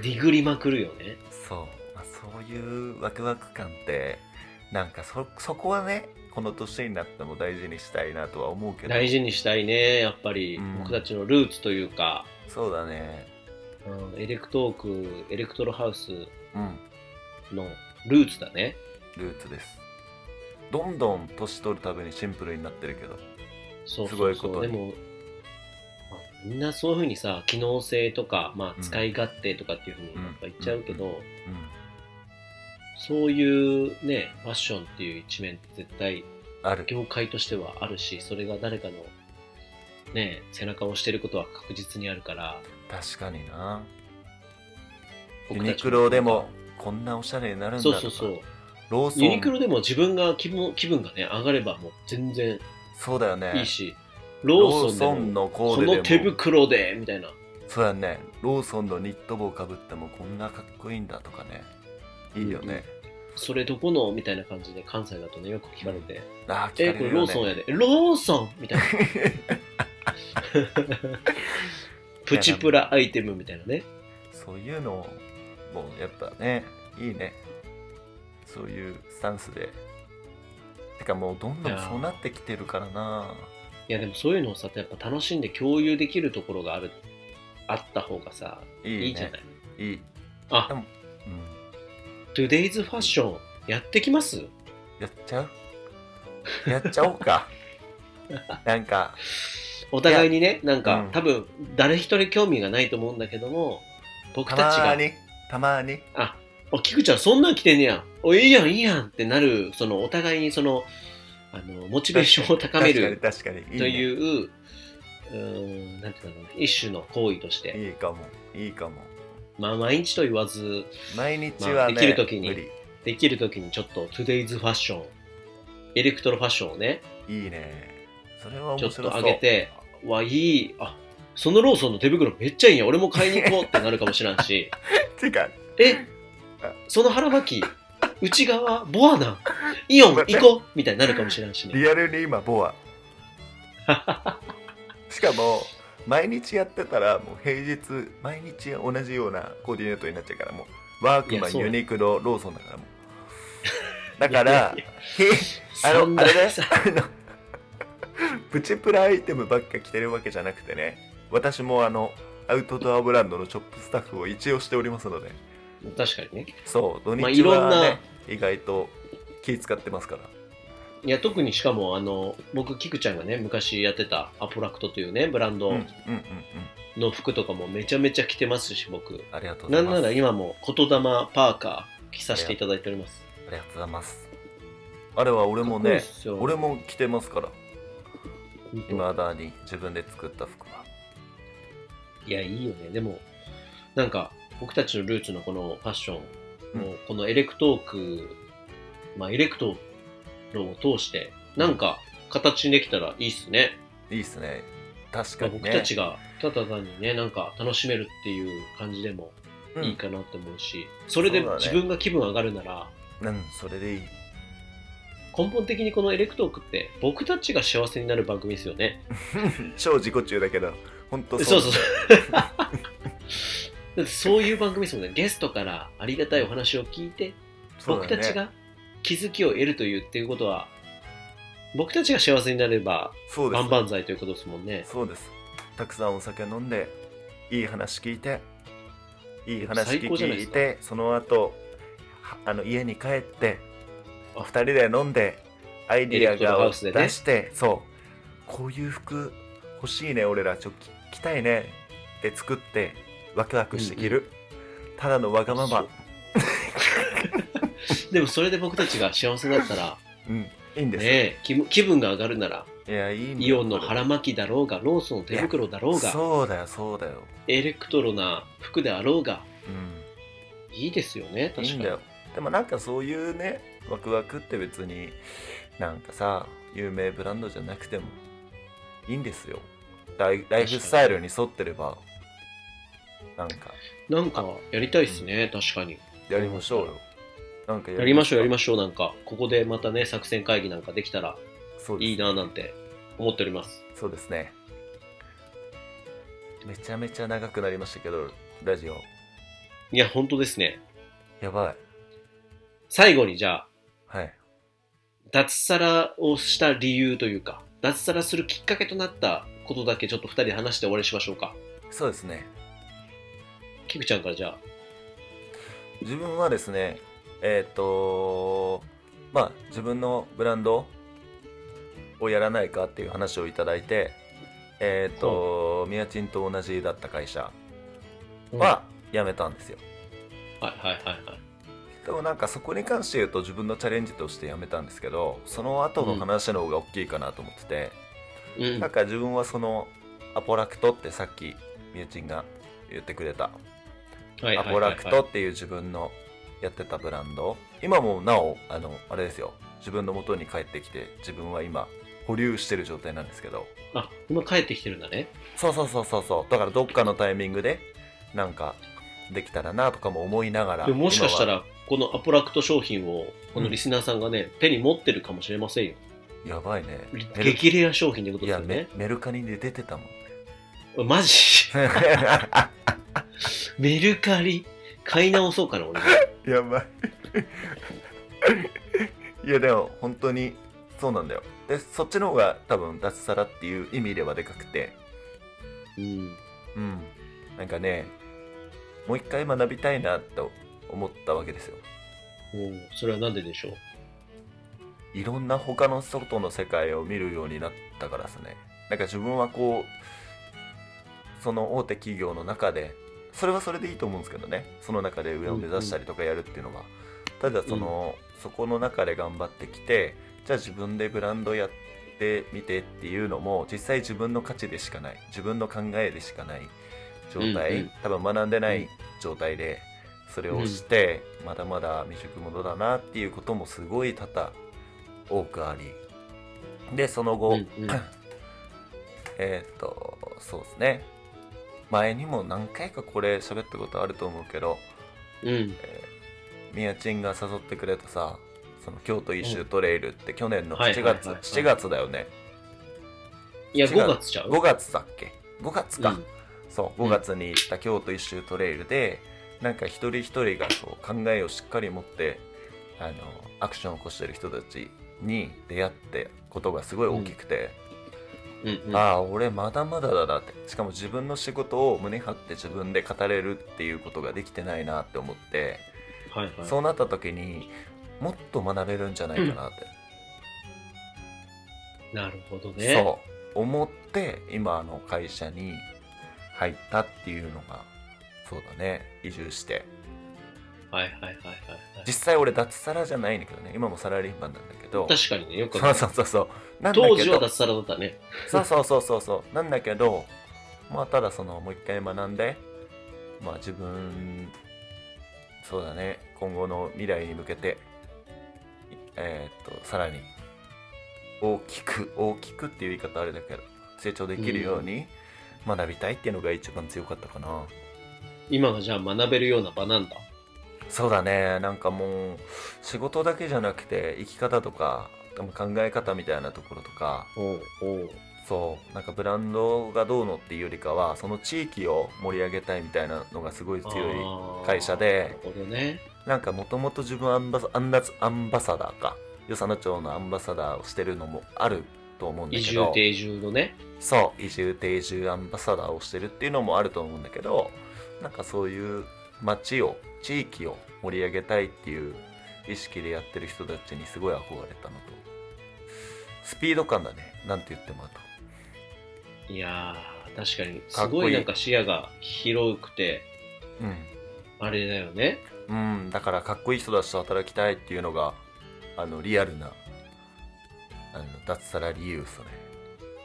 S2: ディグりまくるよね。
S3: そう、まあ、そういうワクワク感ってなんかそそこはねこの年になっても大事にしたいなとは思うけど
S2: 大事にしたいね。やっぱり、
S3: うん
S2: 僕たちのルーツというか、
S3: そうだね
S2: うん、エレクトーク、エレクトロハウス
S3: うん
S2: のルーツだね。
S3: ルーツですどんどん年取るたびにシンプルになってるけど
S2: そう
S3: す
S2: そ
S3: ご
S2: う
S3: いこ
S2: そう。
S3: と
S2: で
S3: に
S2: も、まあみんなそういうふうにさ、機能性とか、ま
S3: う
S2: あ、
S3: ん
S2: 使い勝手とかっていうふうに
S3: うん
S2: やっぱ言っちゃうけど、
S3: うん
S2: そういうね、ファッションっていう一面って絶対
S3: ある
S2: 業界としてはあるし、それが誰かのね、背中を押してることは確実にあるから、
S3: 確かになユ
S2: 僕た
S3: ニ
S2: ち
S3: クロでもこんなおしゃれになるんだと
S2: そう
S3: か
S2: そうそう。
S3: ローソン
S2: ユニクロでも自分が気分気分がね、上がればもう全然
S3: そうだよね
S2: いいし、
S3: ロ
S2: ロー
S3: ーソ
S2: ソン
S3: ン
S2: でも、
S3: のコ
S2: こ
S3: ーデでも
S2: の手袋で、みたいな。
S3: そうだねローソンのニット帽かぶってもこんなかっこいいんだとかねいいよね、
S2: それどこのみたいな感じで関西だとね、よく聞かれて、
S3: ああ聞
S2: え、
S3: かれ
S2: こ
S3: るよ、ね、
S2: れローソンやで。えローソン みたいな。プチプラアイテムみたいなね。
S3: そういうのもやっぱねいいねそういうスタンスでてかもうどんど
S2: い
S3: ん
S2: やー
S3: そうなってきてるからない
S2: やでもそういうのをさ、やっぱ楽しんで共有できるところがある、あった方がさ、
S3: いい,、ね、
S2: いいじゃない。
S3: いい
S2: あ、
S3: うん、
S2: Today's Fashion やってきます
S3: やっちゃうやっちゃおう かなんか
S2: お互いにね、なんか、
S3: うん
S2: 多分誰一人興味がないと思うんだけども、僕
S3: た
S2: たち
S3: ま
S2: が
S3: ー、にたまーに
S2: あ、お、菊ちゃんそんなん着てんねや。お、いいやん、いいやんってなる、その、お互いにその、あの、モチベーションを高める
S3: 確かに確かに
S2: と
S3: いい,、ね、
S2: いう、うーん、なんていうのかな、一種の行為として、
S3: いいかもいいかも
S2: まあ、毎日と言わず、
S3: 毎日はね、
S2: まあできる時に
S3: 無理
S2: できるときにちょっと、Today's Fashion、エレクトロファッションをね、
S3: いいねそれは
S2: ちょ
S3: 面白
S2: っ
S3: そう
S2: と上げて、わ、いい、あ、そのローソンの手袋めっちゃいいんや、俺も買いに行こうってなるかもしらんし、
S3: て いうか
S2: えその腹巻き内側ボ アなんイオン行こうみたいになるかもしれんしね
S3: リアルに今ボ アしかも毎日やってたらもう平日毎日同じようなコーディネートになっちゃうからもうワーク
S2: い
S3: マ
S2: や
S3: ン
S2: そう
S3: ユニクロローソンだ からもうだか
S2: いや
S3: ら
S2: いや
S3: 平あ
S2: そん
S3: の、
S2: な
S3: あれね
S2: さ、
S3: あの、 プチプラアイテムばっか着てるわけじゃなくてね、私もあの、アウトドアブランドのショップスタッフを一応しておりますので、
S2: 確かにね
S3: そう、土
S2: まあ
S3: 日は、ね
S2: いろんな
S3: 意外と気使ってますから。
S2: いや特にしかもあの僕キクちゃんがね昔やってたアポラクトというねブランド
S3: うんうんうんうん。
S2: の服とかもめちゃめちゃ着てますし僕
S3: ありがとうご
S2: な
S3: ざい
S2: ん
S3: ます。
S2: なら今も言霊パーカー着させていただいております
S3: ありがとうございます。あれは俺も
S2: かっこいいっ
S3: ね、
S2: すよ
S3: 俺も着てますから、
S2: 本当
S3: いまだに自分で作った服は。
S2: いやいいよねでもなんか僕たちのルーツのこのファッションもうこのエレクトーク、まあエレクトロを通してなんか形にできたらいいっすね
S3: いいっすね。確
S2: ま
S3: か
S2: あ
S3: にね。
S2: 僕たちがただ単にねなんか楽しめるっていう感じでも
S3: うん
S2: いいかなって思うし、それで
S3: そうだね
S2: 自分が気分上がるなら、
S3: うん、それでいい。
S2: 根本的にこのエレクトークって僕たちが幸せになる番組ですよね
S3: 超自己中だけど、本当
S2: そうそう
S3: う。
S2: そう だってそういう番組ですもんねゲストからありがたいお話を聞いて、
S3: そう
S2: 僕
S3: だよ
S2: た
S3: ね
S2: ちが気づきを得るというっていうことは僕たちが幸せになれば
S3: そうです
S2: 万々歳ということですもんね
S3: そうですたくさんお酒飲んでいい話聞いていい話
S2: 最高じゃない
S3: 聞
S2: で
S3: い
S2: す
S3: てその後はあの家に帰って
S2: あ
S3: 2人で飲んでアイディア
S2: エレクトロハ
S3: が
S2: ウスでね
S3: 出して、そうこういう服欲しいね俺らちょっと着着たいねって作ってワクワクして着る、ただのわがまま
S2: そうでもそれで僕たちが幸せだったら
S3: うんいい んです
S2: ね
S3: よ、
S2: え気分気分が上がるなら
S3: いやいいんだ
S2: イ
S3: よ
S2: オンの腹巻きだろうがローソンの手袋だろうが
S3: そうだよそうだよ、
S2: エレクトロな服であろうが
S3: うん
S2: いいですよね確
S3: い
S2: か
S3: いん
S2: に
S3: だよでもなんかそういうねワクワクって別になんかさ有名ブランドじゃなくてもいいんですよライライフスタイルに沿ってればなんか
S2: なんかやりたいですね確かに
S3: やりましょうよなんか
S2: やりましょうやり
S3: し
S2: ましょうなんかここでまたね作戦会議なんかできたら
S3: ょうそうです
S2: いいななんて思っております
S3: そうですねめちゃめちゃ長くなりましたけどラジオ
S2: いや本当ですね
S3: やばい
S2: 最後にじゃあ
S3: はい
S2: 脱サラをした理由というか脱サラするきっかけとなったことだけちょっと2人で話して終わりにしましょうか
S3: そうですね
S2: キクちゃんからじゃあ
S3: 自分はですねえっ、とまあ自分のブランドをやらないかっていう話をいただいてえっ、とミヤチンと同じだった会社は辞めたんですよ、
S2: はいはいはいはい
S3: でもなんかそこに関して言うと自分のチャレンジとして辞めたんですけどその後の話の方が大きいかなと思ってて、
S2: うん
S3: なんか自分はそのアポラクトってさっきミヤチンが言ってくれた
S2: はい
S3: ア
S2: はい
S3: ポ
S2: は
S3: ラ
S2: い
S3: ク
S2: は
S3: トっていう自分のやってたブランド今もなおあのあれですよ自分の元に帰ってきて自分は今保留してる状態なんですけど
S2: いあ今帰ってきてるんだね
S3: そうそうそうそうそうだからどっかのタイミングでなんかできたらなとかも思いながら
S2: でももしかした
S3: 今は
S2: らこのアポラクト商品をこのリスナーさんがね、手に持ってるかもしれませんよ
S3: やばいねメル
S2: 激レア商品ってこと
S3: い
S2: です
S3: や
S2: よ
S3: メ
S2: ね
S3: メルカリで出て たもん
S2: マジメルカリ買い直そうかな俺も
S3: やばいいやでも本当にそうなんだよでそっちの方が多分脱サラっていう意味ではでかくて
S2: うん
S3: うん、なんかねもう一回学びたいなと思ったわけですよ
S2: もうそれはなんででしょう
S3: いろんな他の外の世界を見るようになったからですねなんか自分はこうその大手企業の中でそれはそれでいいと思うんですけどねその中で上を目指したりとかやるっていうのは、ただその、そこの中で頑張ってきてじゃあ自分でブランドやってみてっていうのも実際自分の価値でしかない自分の考えでしかない状態、
S2: うんうん
S3: 多分学んでない状態でそれをして、まだまだ未熟者だなっていうこともすごい多々多くありでその後、
S2: うんうん
S3: えーっとそうですね前にも何回かこれ喋ったことあると思うけど
S2: うん
S3: みやちんが誘ってくれたさその京都一周トレイルって去年の7
S2: はいはい
S3: 月、
S2: はいはい
S3: 7月だよね
S2: いや
S3: 違う
S2: 5月ちゃう
S3: 5月だっけ5月か、
S2: うん
S3: そう
S2: う
S3: 5
S2: ん
S3: 月に行った京都一周トレイルで、なんか一人一人がこう考えをしっかり持ってあのアクションを起こしてる人たちに出会ってことがすごい大きくて、
S2: うんうん
S3: ああ俺まだまだだなってしかも自分の仕事を胸張って自分で語れるっていうことができてないなって思って、
S2: はいはい
S3: そうなった時にもっと学べるんじゃないかなって、
S2: なるほどね。
S3: そう思って今の会社に入ったっていうのがそうだね移住して
S2: はいはいはいはいはい。
S3: 実際俺脱サラじゃないんだけどね今もサラリーマンなんだけど
S2: 確かにね、よく
S3: そうそうそうそうなんだけど
S2: 当時は脱サラだったね。
S3: そうそうそうそうそうなんだけどまあただそのもう一回学んでまあ自分そうだね今後の未来に向けていえーっとさらに大きく大きくっていう言い方あれだけど成長できるように学びたいっていうのが一番強かったかな、
S2: 今がじゃあ学べるような場なんだ。
S3: そうだねなんかもう仕事だけじゃなくて生き方とか考え方みたいなところとか
S2: おうおう
S3: そうなんかブランドがどうのっていうよりかはその地域を盛り上げたいみたいなのがすごい強い
S2: あー
S3: 会社で
S2: なるほどね
S3: なんかもともと自分アンバサアンダスアンバサダーか与謝野町のアンバサダーをしてるのもあると思うんだ
S2: 移
S3: け
S2: 住
S3: ど
S2: 定住のね
S3: そう移住定住アンバサダーをしてるっていうのもあると思うんだけどなんかそういう町を地域を盛り上げたいっていう意識でやってる人たちにすごい憧れたのとスピード感だねなんて言ってもあと
S2: いやー確かに
S3: か
S2: す
S3: っこいい
S2: ごいなんか視野が広くて
S3: うん
S2: あれだよね
S3: うん、だからかっこいい人たちと働きたいっていうのがあのリアルなあの脱サラ理由そ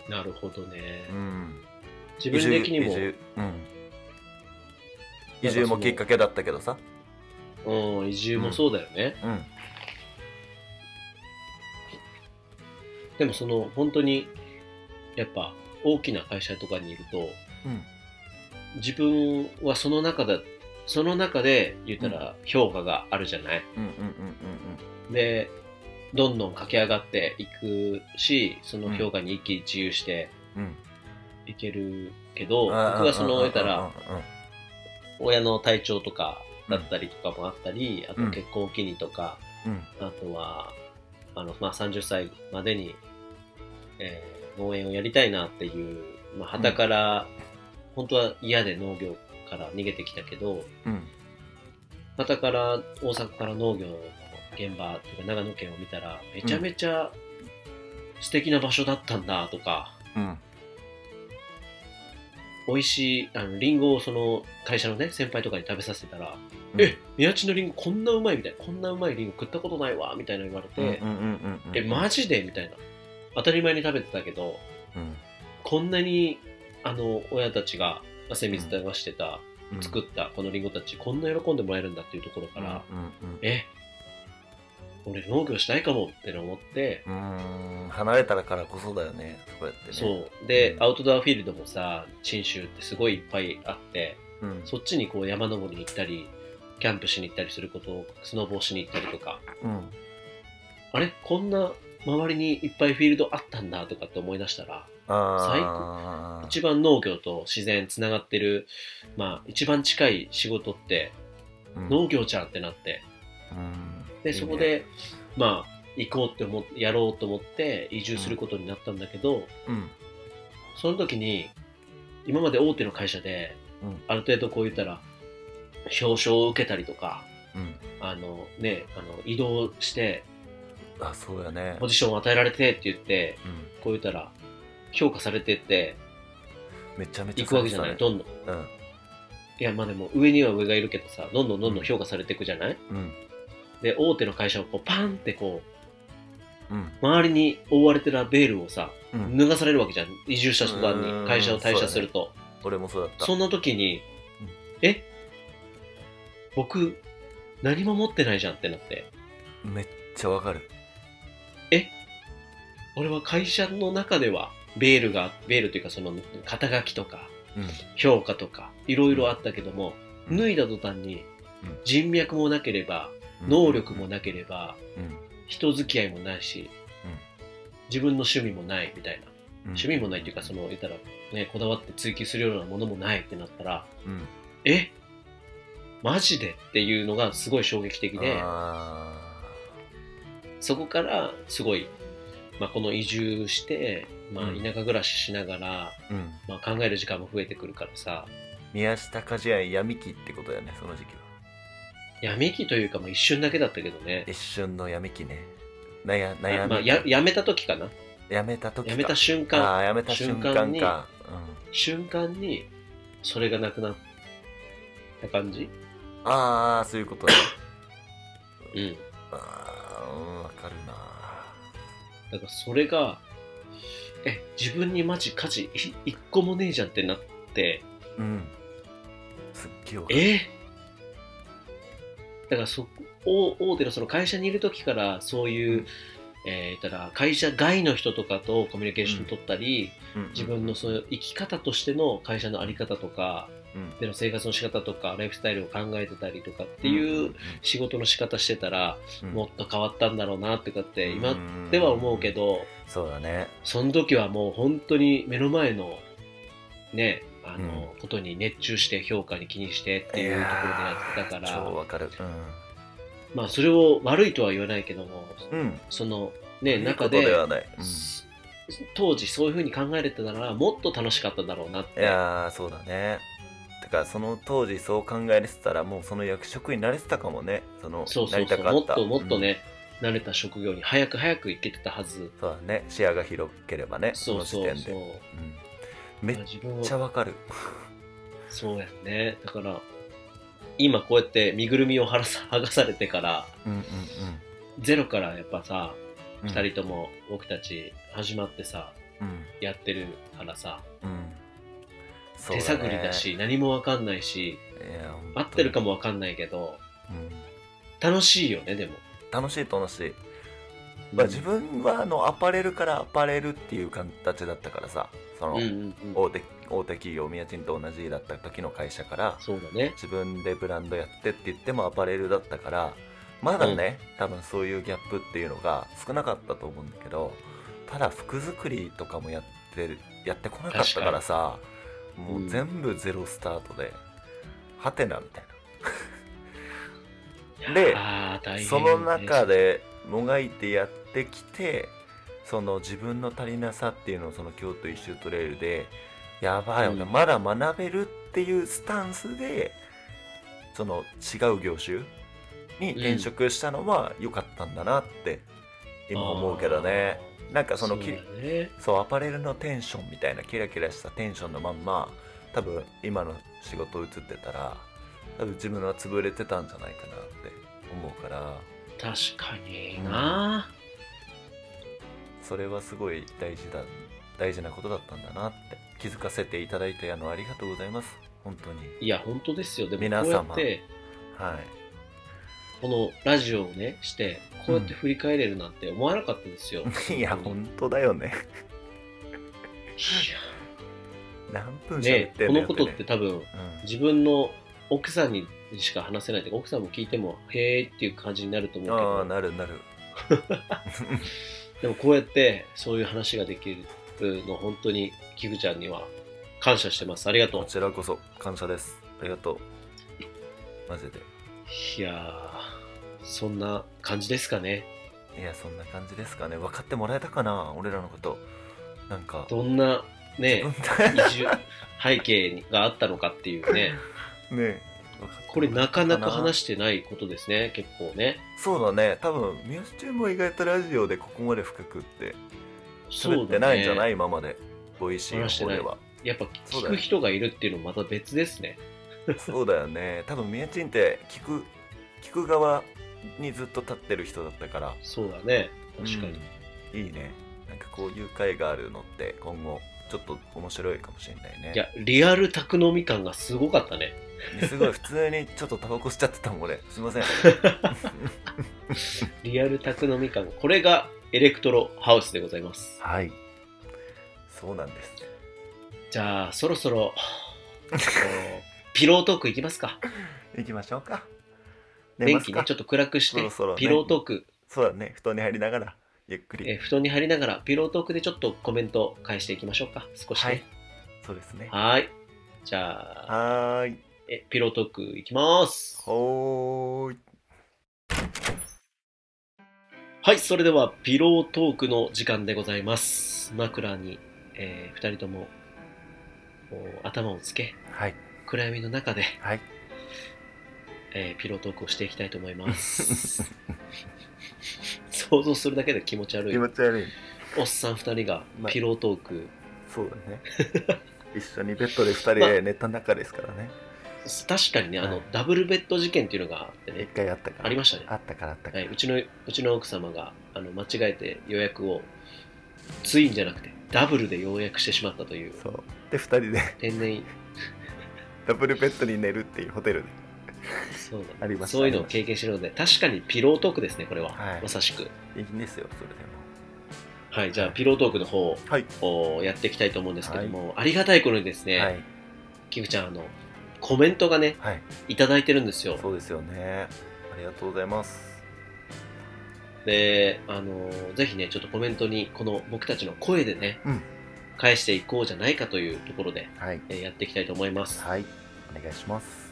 S3: れ、
S2: なるほどね、
S3: うん、
S2: 自分的に
S3: 移
S2: も
S3: 住,、うん、移住もきっかけだったけどさ、
S2: うん、移住もそうだよね、
S3: うん、
S2: でもその本当にやっぱ大きな会社とかにいると
S3: うん、
S2: 自分はその中だその中で言ったら評価があるじゃない、
S3: うんうんうん
S2: でどんどん駆け上がっていくしその評価に一喜一憂して
S3: うんうん
S2: いけるけど、
S3: 僕
S2: 僕はその得たら
S3: う
S2: 親の体調とかだったりとかもあったり、あ
S3: う
S2: と
S3: ん
S2: 結婚を機にとか、
S3: んうん
S2: あとはあの、まあ、30歳までに、えー農園をやりたいなっていう、まあ、旗から、本当は嫌で農業から逃げてきたけど
S3: うん
S2: 旗から大阪から農業の現場とか長野県を見たらめちゃめちゃ素敵な場所だったんだとか、
S3: うん
S2: 美味しいあのリンゴをその会社のね先輩とかに食べさせてたら、
S3: うん
S2: え宮地のリンゴこんなうまいみたいなこんなうまいリンゴ食ったことないわみたいな言われて、
S3: うんうんうんうん
S2: えマジでみたいな当たり前に食べてたけど
S3: うん
S2: こんなにあの親たちが汗水垂らしてた、
S3: うん
S2: 作ったこのリンゴたちこんな喜んでもらえるんだっていうところから、
S3: うんうん
S2: え俺農業したいかもって思って、
S3: うん離れたらからこそだよねそうやってね
S2: そうで、
S3: うん
S2: アウトドアフィールドもさ信州ってすごいいっぱいあって
S3: うん
S2: そっちにこう山登りに行ったりキャンプしに行ったりすることをスノボーしに行ったりとか
S3: うん
S2: あれこんな周りにいっぱいフィールドあったんだとかって思い出したら
S3: あー
S2: 一番農業と自然つながってる、まあ、一番近い仕事って
S3: うん
S2: 農業じゃんってなって
S3: うん
S2: で
S3: いいね
S2: そこで、まあ行こうって思っやろうと思って移住することになったんだけど、
S3: うん
S2: その時に今まで大手の会社で、
S3: うん
S2: ある程度こう言ったら表彰を受けたりとか
S3: うん
S2: あの、ね、あの移動して
S3: あそうやね
S2: ポジションを与えられてって言って
S3: うん
S2: こう言ったら評価されてって
S3: めちゃめちゃ
S2: いくわけじゃない、
S3: 寂し
S2: どんどん。
S3: さね
S2: いやまあでも上には上がいるけどさどんどんどんどん評価されていくじゃない、
S3: うんうん
S2: で大手の会社をこうパンってこう
S3: うん
S2: 周りに覆われてるベールをさ
S3: うん
S2: 脱がされるわけじゃん移住した途端
S3: うーん
S2: に会社を退社すると
S3: 俺もそうだった
S2: そ,、んな時に
S3: うん
S2: え僕何も持ってないじゃんってなって
S3: めっちゃわかる
S2: 俺は会社の中ではベールがベールというかその肩書きとか
S3: うん
S2: 評価とかいろいろあったけども、
S3: うん
S2: 脱いだ途端に
S3: うん
S2: 人脈もなければ能力もなければ、
S3: うん
S2: 人付き合いもないし、
S3: うん
S2: 自分の趣味もないみたいな、趣味もないっていうかそ
S3: の
S2: の言ったら、ね、こだわって追求するようなものもないってなったら
S3: うん
S2: えマジでっていうのがすごい衝撃的で
S3: あ
S2: そこからすごい、まあ、この移住して、まあ、
S3: うん
S2: 田舎暮らししながら、
S3: ーうん
S2: まあ、考える時間も増えてくるからさ
S3: 宮下鍛冶屋闇期ってことだよねその時期は
S2: 闇期というか、まあ、一瞬だけだったけどね
S3: 一瞬の闇期ねなや悩
S2: あ
S3: み、
S2: まあ、ややめた時かな
S3: やめた時か
S2: やめた瞬間
S3: あーやめた瞬間
S2: 瞬
S3: か
S2: 間瞬間にそれがなくなった感じ
S3: うん、ああそういうことだ
S2: うん
S3: あーうんわかるな
S2: だからそれがえ自分にマジ家事い一個もねえじゃんってなって
S3: うんすっげえわかる
S2: えだからそ大大手のその会社にいる時からそういう、えー言ったら会社外の人とかとコミュニケーション取ったり、
S3: うん
S2: 自分のそういう生き方としての会社の在り方とか、
S3: うん
S2: での生活の仕方とかライフスタイルを考えてたりとかっていうう仕事の仕方してたら、
S3: うん
S2: もっと変わったんだろうなとかって今
S3: ん
S2: では思うけど、
S3: そうだね
S2: その時はもう本当に目の前のねあの、ことに熱中して評価に気にしてっていうところでやってたか
S3: いやー超
S2: ら
S3: わかる
S2: まあそれを悪いとは言わないけども
S3: うん、うん、
S2: そのね
S3: いいこ
S2: 中
S3: と
S2: で
S3: ではない、うんい
S2: す当時そういうふうに考えれてたらもっと楽しかっただろうなって
S3: やーそうだねてかその当時そう考えれてたらもうその役職になれてたかもねその
S2: そう
S3: な
S2: そう
S3: り
S2: そ
S3: た
S2: う
S3: か
S2: も
S3: っ
S2: ったともっと、ね、慣れた職業に早く早く行けてたはず
S3: うんそうだね視野が広ければね
S2: そうそう
S3: の時
S2: そ
S3: 点
S2: う
S3: で、うん、
S2: ま
S3: め
S2: あ
S3: っ
S2: 自分
S3: ちゃ
S2: を
S3: わかる
S2: そうやねだから今こうやって身ぐるみをはらさ剥がされてから
S3: うんうんうん
S2: ゼロからやっぱさ
S3: うん
S2: 2人とも僕たち始まってさ
S3: うん
S2: やってるからさ、
S3: うんそう
S2: 手
S3: ね
S2: 探りだし何もわかんないし
S3: いや本当に
S2: 合ってるかもわかんないけど
S3: うん
S2: 楽しいよねでも、
S3: 楽しい楽しい、まあ、自分はあのアパレルからアパレルっていう形だったからさその
S2: うんうんうん
S3: 大手大手企業宮賃と同じだった時の会社から
S2: そうだね
S3: 自分でブランドやってって言ってもアパレルだったからまだね、多分そういうギャップっていうのが少なかったと思うんだけどただ服作りとかもやってるやってこなかったからさ
S2: かに
S3: もう全部ゼロスタートで、ハテナみたいなで
S2: あー大変
S3: その中
S2: で
S3: でもがいてやってきてその自分の足りなさっていうのをその京都一周トレイルでやばいよね、
S2: うん
S3: まだ学べるっていうスタンスでその違う業種に転職したのは良かったんだなって今思うけどね、なんかそのき
S2: そうだね
S3: そうアパレルのテンションみたいなキラキラしたテンションのまんま多分今の仕事移ってたら多分自分は潰れてたんじゃないかなって思うから。
S2: 確かにな、
S3: それはすごい大事だ大事なことだったんだなって気づかせていただいてあのありがとうございます本当に
S2: いや本当ですよでも
S3: 皆
S2: こうや
S3: 様
S2: って
S3: はい
S2: このラジオをねしてこうやって振り返れるなんて思わなかったです よ、
S3: いや
S2: 本
S3: 本当だよね何分喋ってんだ
S2: ねこの
S3: よ
S2: ことって多分自分の奥さんにしか話せないというか奥さんも聞いてもへーっていう感じになると思
S3: うん、ああ
S2: うけど
S3: なるなる
S2: でもこうやってそういう話ができるの本当にキグちゃんには感謝してますありがと
S3: こ
S2: う
S3: ちらこそ感謝ですありがとうマジで
S2: いやーそんな感じですかね
S3: いやそんな感じですかね分かってもらえたかな俺らのことなんか
S2: どんなね
S3: 自分
S2: 移 住背景があったのかっていうね
S3: ねえ分かってもらえた
S2: これなかなか話してないことですね結構ね
S3: そうだね多分ミュージチューンも意外とラジオでここまで深くって
S2: そ
S3: 喋っ
S2: う
S3: て
S2: だ
S3: ないんじゃない、
S2: ね
S3: 今までボイシーの方では
S2: やっぱ
S3: そう
S2: 聞
S3: だね
S2: く人がいるっていうのもまた別ですね
S3: そうだよね多分みやちんって聞く聞く側にずっと立ってる人だったから
S2: そうだね確かに、
S3: うんいいねなんかこういう会があるのって今後ちょっと面白いかもしれないね
S2: いやリアル宅飲み感がすごかったね
S3: すごい普通にちょっとタバコしちゃってたもん俺すいません
S2: リアル宅飲み感これがエレクトロハウスでございます
S3: はいそうなんです
S2: じゃあそろそろこのピロートークいきますか
S3: 行きましょうか寝
S2: 電
S3: ます
S2: 気
S3: か
S2: ねちょっと暗くして
S3: そろそろね
S2: ピロートーク、
S3: そうだね布団に入りながらゆっく
S2: えー
S3: り
S2: 布団に入りながらピロートークでちょっとコメント返していきましょうか少し
S3: はい
S2: ね
S3: そうですね
S2: はーいじゃあ
S3: はーい
S2: えピロートークいきます
S3: ほーい
S2: はい、それではピロートークの時間でございます。枕に、えー、2人ともこう頭をつけ、
S3: はい
S2: 暗闇の中で、
S3: はい
S2: えーピロートークをしていきたいと思います。 想像するだけで気持ち悪
S3: 気
S2: い。
S3: 持ち悪い
S2: おっさん2人が
S3: まあ
S2: ピロートーク、
S3: そうだ ね一緒にベッドで2人
S2: まあ
S3: で寝た中ですからね
S2: 確かにね、あ
S3: は
S2: の、
S3: い
S2: ダブルベッド事件っていうのがあって
S3: 一
S2: ね、
S3: 回あったから
S2: ありましたね。
S3: あったからあったか
S2: は
S3: ら、
S2: い、うちのうちの奥様があの間違えて予約をツインじゃなくてダブルで要約してしまったという
S3: そうで2人で
S2: 天然
S3: ダブルベッドに寝るっていうホテルで
S2: そうだね
S3: ありました
S2: そういうのを経験してるので、確かにピロートークですね、これは。
S3: はい
S2: まさしく。
S3: いいんですよそれでも
S2: はい、じゃあ、ピロートークの方
S3: はい
S2: をやっていきたいと思うんですけども、ありがたい頃にですね、
S3: はい
S2: キグちゃん、あの、コメントがね
S3: はい
S2: いただいてるんですよ
S3: そうですよねありがとうございます
S2: であのぜひねちょっとコメントにこの僕たちの声でね、
S3: うん
S2: 返していこうじゃないかというところで、
S3: はい
S2: えーやっていきたいと思います
S3: はいお願いします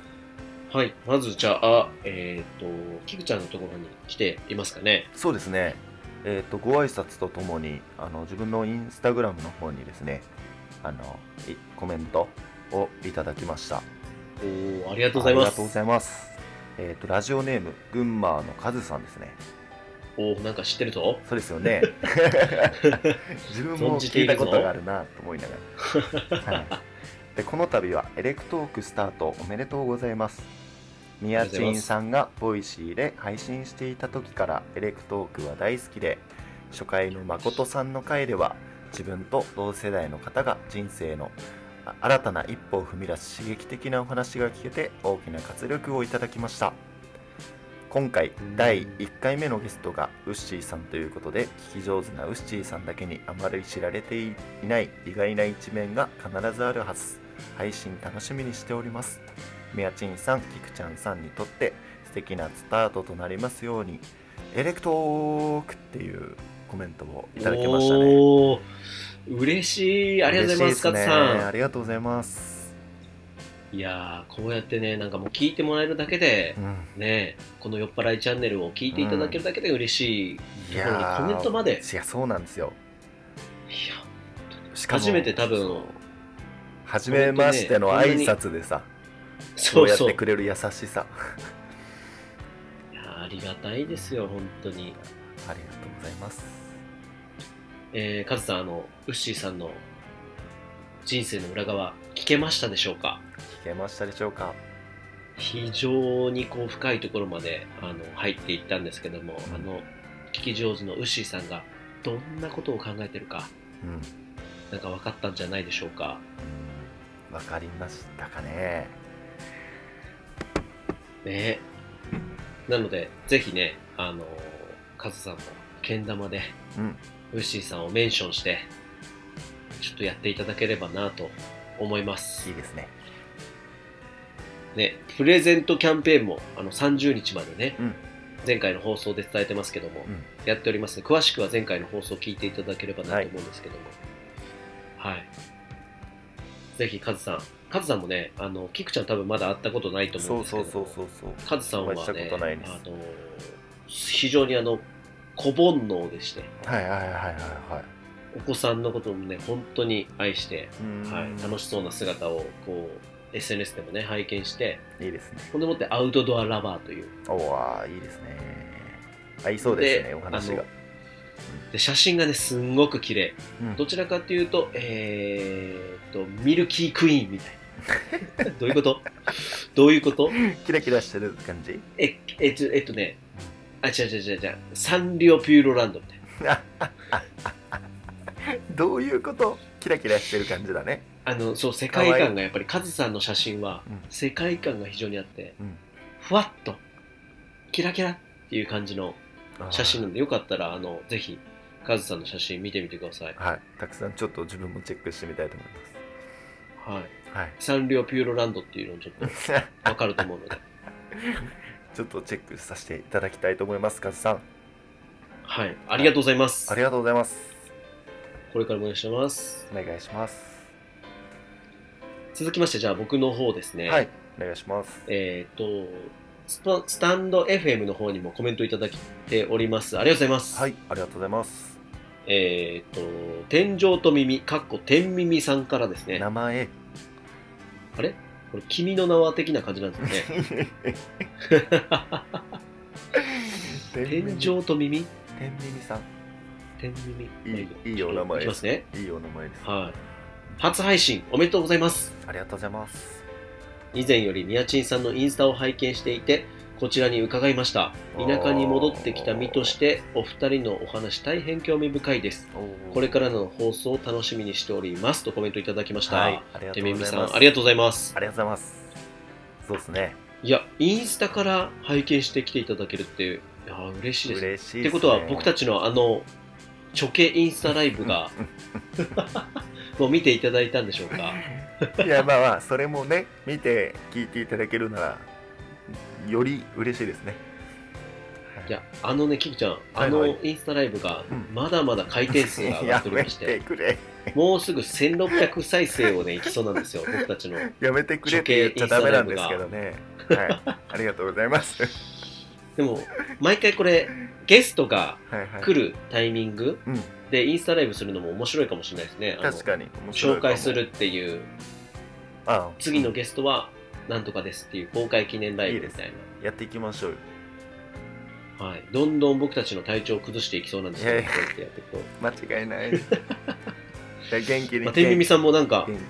S2: はいまずじゃあえっ、とキクちゃんのところに来ていますかね
S3: そうですねえっ、とご挨拶とともにあの自分のインスタグラムの方にですねあのいコメントをいただきました
S2: おおありがとうございま
S3: ありがとうご
S2: す
S3: ざいます。えっ、と、ラジオネーム、群馬のカズさんですね。
S2: おおなんか知ってるぞ
S3: そうですよ ね。自分も聞いたことがあるなと思いなが ら。はい、で、この度はエレクトークスタートおめでとうございます。宮
S2: ありがとうございま
S3: ン
S2: す
S3: さんがボイシーで配信していた時からエレクトークは大好きで初回の誠さんの回では自分と同世代の方が人生のあ新たな一歩を踏み出し刺激的なお話が聞けて大きな活力をいただきました今回第1回目のゲストがウッシーさんということで聞き上手なウッシーさんだけにあまり知られていない意外な一面が必ずあるはず配信楽しみにしておりますみやちんさんきくちゃんさんにとって素敵なスタートとなりますようにエレクトークっていうコメントをいただきましたね
S2: おー嬉しいありがとうございますカ
S3: 嬉しです
S2: ズ
S3: ね
S2: さ
S3: ありがとうございます、
S2: んいやーこうやってねなんかもう聞いてもらえるだけで
S3: うん
S2: ねこの酔っ払いチャンネルを聞いていただけるだけで嬉しい、
S3: い
S2: ところに
S3: やー
S2: コメントまで
S3: いやそうなんですよ
S2: いや
S3: しかも
S2: 初めて
S3: そ
S2: 多
S3: う
S2: 分
S3: 初めましての挨拶でさ、
S2: そ
S3: そううやっ
S2: そう
S3: てくれる優しさ
S2: いやありがたいですよ本当に
S3: ありがとうございます
S2: えー、カズさんあのウッシーさんの人生の裏側聞けましたでしょうか
S3: 聞けましたでしょうか
S2: 非常にこう深いところまであの入っていったんですけども、
S3: うん
S2: あの聞き上手のウッシーさんがどんなことを考えてるか
S3: うん、うん
S2: なんか分かったんじゃないでしょうか
S3: わかりましたかね
S2: ねなのでぜひねあのカズさんもけん玉で
S3: うん
S2: ウッシーさんをメンションしてちょっとやっていただければなと思います
S3: いいですね
S2: ね、プレゼントキャンペーンもあの30日までね、
S3: うん
S2: 前回の放送で伝えてますけども、
S3: うん
S2: やっております詳しくは前回の放送を聞いていただければなと思うんですけども、はいぜひカズさんカズさんもねあのキクちゃん多分まだ会ったことないと思う
S3: そ
S2: ん
S3: う
S2: ですけ
S3: そ
S2: ど
S3: うそうそうそう
S2: カズさんは
S3: お会いした
S2: ね
S3: ことないです
S2: あの非常にあの小煩悩でして
S3: はいはいはいはいはい
S2: お子さんのこともね本当に愛して、
S3: うん
S2: はい、楽しそうな姿をこう SNS でもね拝見して
S3: いいですね
S2: ほんでもってアウトドアラバーという
S3: おわいいですね合いそうですね
S2: で
S3: お話が
S2: で写真がねすんごく綺麗
S3: うん
S2: どちらかというとえー、っとミルキークイーンみたいな どういうことどういうこと
S3: キラキラしてる感じ
S2: ええっとえっとねあ違う違う違う違うサンリオピューロランドみたいな
S3: どういうことキラキラしてる感じだね
S2: あのそう世界観がやっぱりカズさんの写真は
S3: うん
S2: 世界観が非常にあって、
S3: うん
S2: ふわっとキラキラっていう感じの写真なんでよかったらあのぜひカズさんの写真見てみてください、
S3: はいたくさんちょっと自分もチェックしてみたいと思いま
S2: はい、
S3: すはい
S2: サンリオピューロランドっていうのちょっと分かると思うので
S3: ちょっとチェックさせていただきたいと思いますカズさん
S2: はいありがとうございます、
S3: ありがとうございます
S2: これからもお願いします。
S3: お願いします
S2: 続きまして、じゃあ僕の方ですね。
S3: はいお願いします
S2: えっ、とスタ、スタンド FM の方にもコメントいただいております。ありがとうございます。
S3: はいありがとうございます
S2: えっ、と、天井と耳、かっこ天耳さんからですね。
S3: 名 前
S2: あれこれ、君の名は的な感じなんで すよね。天井と耳
S3: 天耳さん
S2: 天耳。
S3: いい
S2: まあ
S3: いいお名前
S2: いきますね。
S3: いいお名前です
S2: はい。初配信、おめでとうございます。
S3: ありがとうございます
S2: 以前よりニヤチンさんのインスタを拝見していてこちらに伺いました田舎に戻ってきた身としてお二人のお話大変興味深いです
S3: おー
S2: これからの放送を楽しみにしておりますとコメントいただきました、
S3: はいありがと
S2: て
S3: う
S2: み
S3: ご
S2: み
S3: ざい
S2: さ
S3: ま
S2: ん
S3: す
S2: ありがとうございます
S3: ありがとうございますそうですね
S2: いやインスタから拝見してきていただけるっていや嬉しい
S3: 嬉
S2: で
S3: しいで
S2: す
S3: すね
S2: ってことは僕たちのあの チョケインスタライブがもう見ていただいたんでしょうか
S3: いやまあまあそれもね見て聞いていただけるならより嬉しいですね
S2: いや、あのね、キクちゃん、あ
S3: はい
S2: の
S3: は
S2: インスタライブが
S3: うん
S2: まだまだ回転数が上がっ
S3: や
S2: ており
S3: め
S2: ましてて、
S3: くれ
S2: もうすぐ1600再生をね、いきそうなんです よ、僕たちの。
S3: やめてくれって言っちゃダメなんですけどねはいありがとうございます
S2: でも、毎回これ、ゲストが
S3: はいはい
S2: 来るタイミング
S3: うん
S2: でインスタライブするのも面白いかもしれないですね。あの
S3: 確かに面白い
S2: 紹
S3: かも
S2: 介するっていう、
S3: あ
S2: 次のゲストはなんとかですっていう公開記念ライブみたいな。
S3: やっていきましょうよ
S2: はい、どんどん僕たちの体調を崩していきそうなんですけど、
S3: いやい
S2: こ
S3: や
S2: うやってやっていくと。
S3: 間違いない じゃあ元気に
S2: まあ、天
S3: 元気
S2: 耳さんもなん
S3: 元
S2: か、
S3: 気にね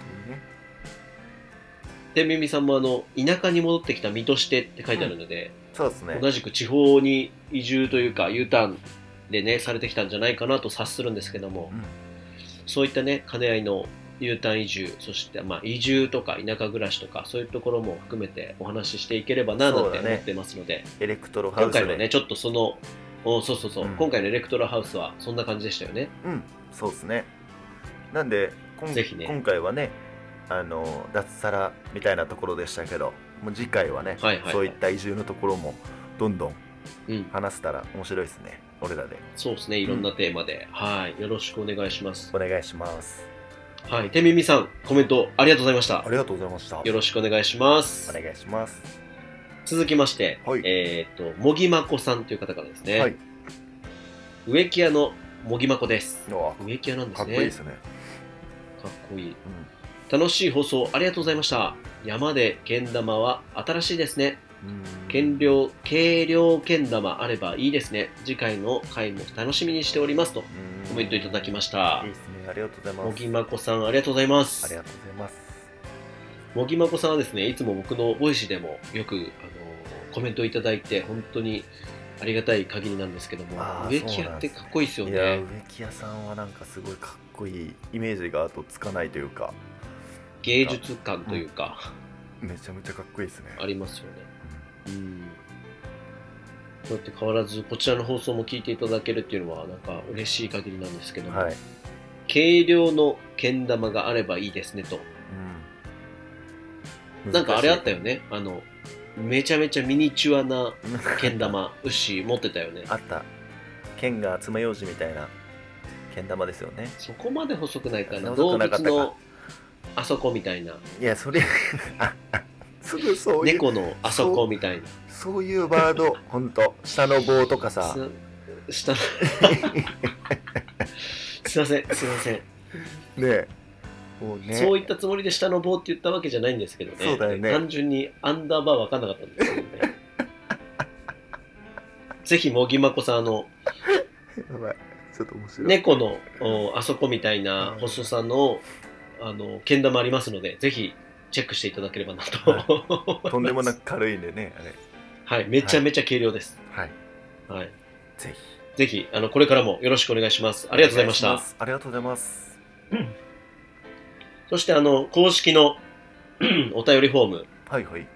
S2: 天耳さんもあの、田舎に戻ってきた身としてって書いてあるので、
S3: そうですね
S2: 同じく地方に移住というか U ターンでねされてきたんじゃないかなと察するんですけども、
S3: うん
S2: そういったね兼ね合いの U ターン移住そしてまあ移住とか田舎暮らしとかそういうところも含めてお話ししていければななん
S3: そう
S2: て
S3: だ
S2: 思
S3: ね
S2: ってますので、
S3: エレクトロハ
S2: 今
S3: ウスで
S2: 回のねちょっとそのおそうそうそう、
S3: うん
S2: 今回のエレクトロハウスはそんな感じでしたよね
S3: うんそうですねなんでこん
S2: ぜひね
S3: 今回はねあの脱サラみたいなところでしたけどもう次回はね、
S2: はいはいはい
S3: そういった移住のところもどんどん
S2: うん
S3: 話せたら面白いですね俺らで
S2: そうですねいろんなテーマで、はいよろしくお願いします
S3: お願いします
S2: はい手耳さんコメントありがとうございました
S3: ありがとうございました
S2: よろしくお願いします
S3: お願いします
S2: 続きまして、
S3: はい
S2: えっ、と、もぎまこさんという方からですね、
S3: はい
S2: 植木屋のもぎまこです。
S3: うわ
S2: 植木屋なんで
S3: か
S2: す
S3: っこ
S2: ね。
S3: いいですね
S2: かっこいい
S3: うん
S2: 楽しい放送ありがとうございました。山でけん玉は新しいですね。
S3: うん
S2: 軽量、軽量けん玉あればいいですね。次回の回も楽しみにしておりますと
S3: うん
S2: コメントいただきまし
S3: い
S2: た
S3: い。ですねありがとうございます
S2: もぎまこさんありがとうございま
S3: あり
S2: す
S3: が。とうございます
S2: もぎまこさんはですね、いつも僕のボイシーでもよく、あのコメントいただいて、本当にありがたい限りなんですけども
S3: あ、ー
S2: 植木屋ってかっこいいですよ
S3: い
S2: ね。
S3: や植木屋さんはなんかすごいかっこいいイメージがあとつかないというか
S2: 芸術感というか、
S3: めちゃめちゃかっこいいですね
S2: ありますよね。うん。そうやって変わらず、こちらの放送も聞いていただけるっていうのは、なんか嬉しい限りなんですけども、
S3: はい、
S2: 軽量のけん玉があればいいですねと。
S3: うん
S2: なんかあれあったよね。あの、めちゃめちゃミニチュアな けん玉、ウッシー持ってたよね。
S3: あった剣が爪楊枝みたいな剣玉ですよね
S2: そこまで細くないかな。
S3: 細
S2: 動
S3: くなか
S2: 物
S3: ったか
S2: のあそこみたいな、
S3: いやそれすぐそういう
S2: 猫のあそこみたいな。
S3: そういうワー ドほんと下の棒とかさ
S2: す下の すいません、すいません。
S3: ねもうね
S2: そういったつもりで下の棒って言ったわけじゃないんですけどね。
S3: そうだよね
S2: 単純にアンダーバー分かんなかったんですけどね。ぜひ、もぎまこさん、あの、
S3: やばいちょっと面白い、
S2: 猫のおあそこみたいな細さの、あの、けん玉ありますので、ぜひ、チェックしていただければなと、
S3: はとんでもなく軽いんでねあれ
S2: はい、めちゃめちゃ軽量です。
S3: はい
S2: はい。
S3: ぜひ
S2: ぜひ、あの、これからもよろしくお願いします。ありがとうございまし
S3: お
S2: た
S3: 願。すありがとうございます
S2: そして、あの、公式の お便りフォーム、
S3: はいはい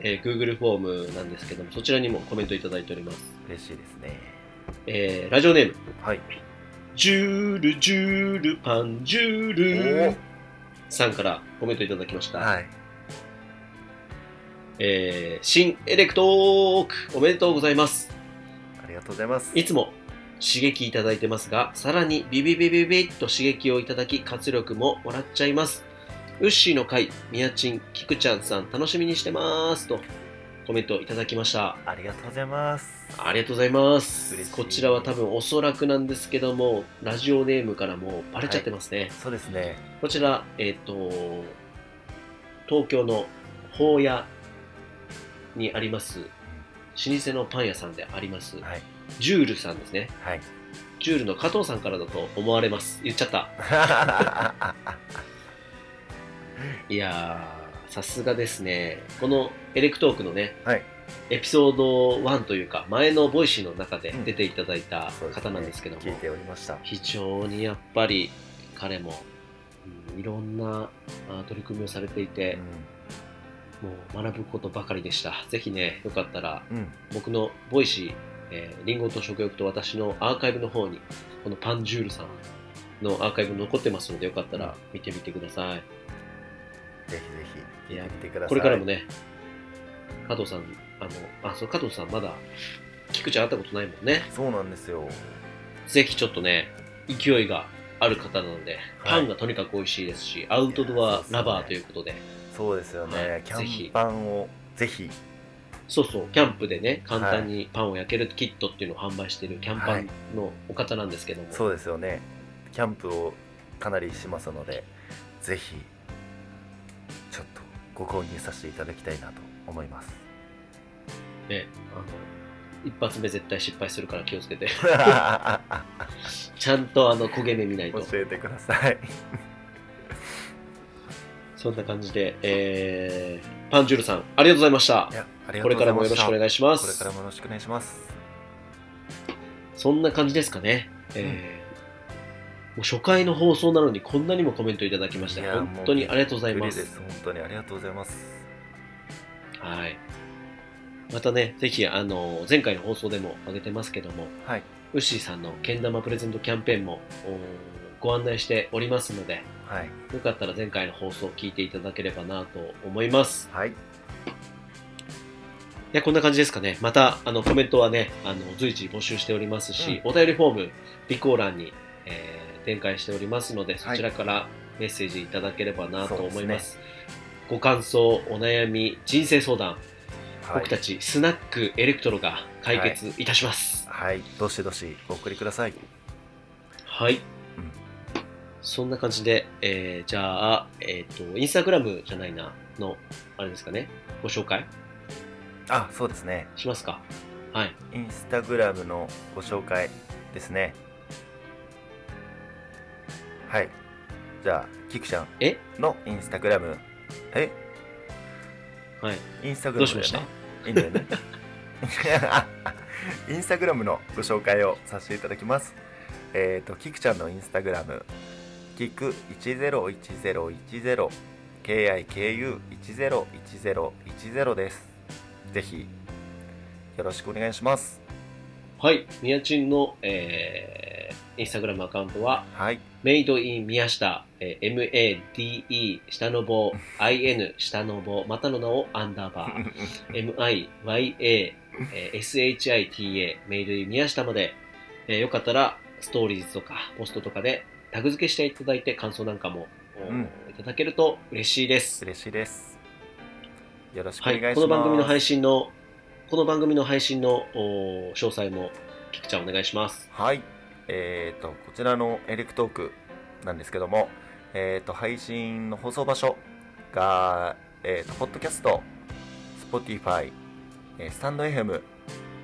S2: えー Google フォームなんですけども、そちらにもコメントいただいております。
S3: 嬉しいですね
S2: えーラジオネーム、
S3: はい
S2: ジュールジュールパンジュールさんからコメントいただきました、
S3: はい
S2: えー新エレクトークおめでとうございます
S3: ありがとうございます
S2: いつも刺激いただいてますがさらにビビビビビッと刺激をいただき活力ももらっちゃいますウッシーの会みやちんきくちゃんさん楽しみにしてますとコメントいただきました
S3: ありがとうございます
S2: ありがとうございます
S3: 嬉しい
S2: こちらは多分おそらくなんですけどもラジオネームからもうバレちゃってますね、
S3: そうですね
S2: こちら、えっ、と、東京の宝屋にあります、老舗のパン屋さんであります、
S3: はい
S2: ジュールさんですね。
S3: はい
S2: ジュールの加藤さんからだと思われます。言っちゃった。いやー、さすがですね。このエレクトークのね、
S3: はい
S2: エピソード1というか、前のボイシーの中で出ていただいた
S3: そう
S2: 方なんですけども、
S3: ね、聞いておりました
S2: 非常にやっぱり彼も、うんいろんなあ取り組みをされていて、
S3: う
S2: もう学ぶことばかりでした。ぜひね、よかったら、
S3: ん、うん、
S2: 僕のボイシー、えー、リンゴと食欲と私のアーカイブの方に、このパンジュールさんのアーカイブ残ってますので、よかったら見てみてください。
S3: ぜひぜひ聞いてみてください
S2: これからもね、加藤さん、あの、あ、そう、加藤さんまだ、菊ちゃん会ったことないもんね。
S3: そうなんですよ
S2: ぜひちょっとね、勢いがある方なので、パンがとにかく美味しいですし、アウトドアラバーということで、
S3: そうですよね、
S2: はい
S3: キ
S2: ぜ
S3: ャ
S2: ひ
S3: ンパンをぜひ
S2: そうそう、キャンプでね、簡単にパンを焼けるキットっていうのを販売しているキャンパンのお方なんですけども、
S3: そうですよねキャンプをかなりしますのでぜひちょっとご購入させていただきたいなと思います
S2: ね、あの、一発目絶対失敗するから気をつけて、
S3: 教
S2: ちゃんとあの焦げ目見 ないと。
S3: えてください
S2: そんな感じで、えー、パンジュールさん、ありがとうございました
S3: い。やありが
S2: こと
S3: うござ
S2: れか
S3: い
S2: らも
S3: ま
S2: よ
S3: し
S2: ろしたくお願いします。
S3: これからもよろしくお願いします
S2: そんな感じですかね。えーもう初回の放送なのにこんなにもコメントいただきまして
S3: いや
S2: 本当にありがとうございま
S3: 無
S2: す
S3: 理です本当にありがとうございます
S2: はいまたねぜひあの前回の放送でも挙げてますけども
S3: はい
S2: ウッシーさんのけん玉プレゼントキャンペーンもおご案内しておりますので
S3: はい
S2: よかったら前回の放送を聞いていただければなと思います
S3: はい
S2: いやこんな感じですかねまたあのコメントはねあの随時募集しておりますし、お便りフォーム備考欄に、えー展開しておりますのでそちらからメッセージいただければなと思います,、ご感想お悩み人生相談、
S3: はい
S2: 僕たちスナックエレクトロが解決いたします
S3: はいどしどしお送りください
S2: はい、
S3: うん
S2: そんな感じで、えーじゃあ、えー、とインスタグラムじゃないなのあれですかねご紹介
S3: あそうですね
S2: しますかはい
S3: インスタグラムのご紹介ですねはいじゃあキクちゃん
S2: え
S3: のインスタグラムえ
S2: はい
S3: インスタグ
S2: ど
S3: ラ
S2: う
S3: ム
S2: し
S3: だ
S2: ま
S3: よ
S2: し
S3: ね
S2: た
S3: いいんだよね インスタグラムのご紹介をさせていただきますえっ、とキクちゃんのインスタグラムキク101010 KIKU101010ですぜひよろしくお願いします
S2: はい、みやちんの、えーインスタグラムアカウントは、
S3: はい
S2: メイドイン宮下、えー MADE 下の棒、IN 下の棒、またの名をアンダーバー、MIYA、えー SHITA、メイドイン宮下まで、えーよかったらストーリーズとかポストとかでタグ付けしていただいて感想なんかも、お
S3: うん
S2: いただけると嬉しいです。
S3: 嬉しいです。よろしくお
S2: は
S3: 願い
S2: い
S3: します。
S2: この番組の配信の、この番組の配信のお詳細も、キクちゃんお願いします。
S3: はい。えっ、と、こちらのエレクトークなんですけども、えっ、と、配信の放送場所が、えっ、と、ポッドキャスト、Spotify、えースタンド FM、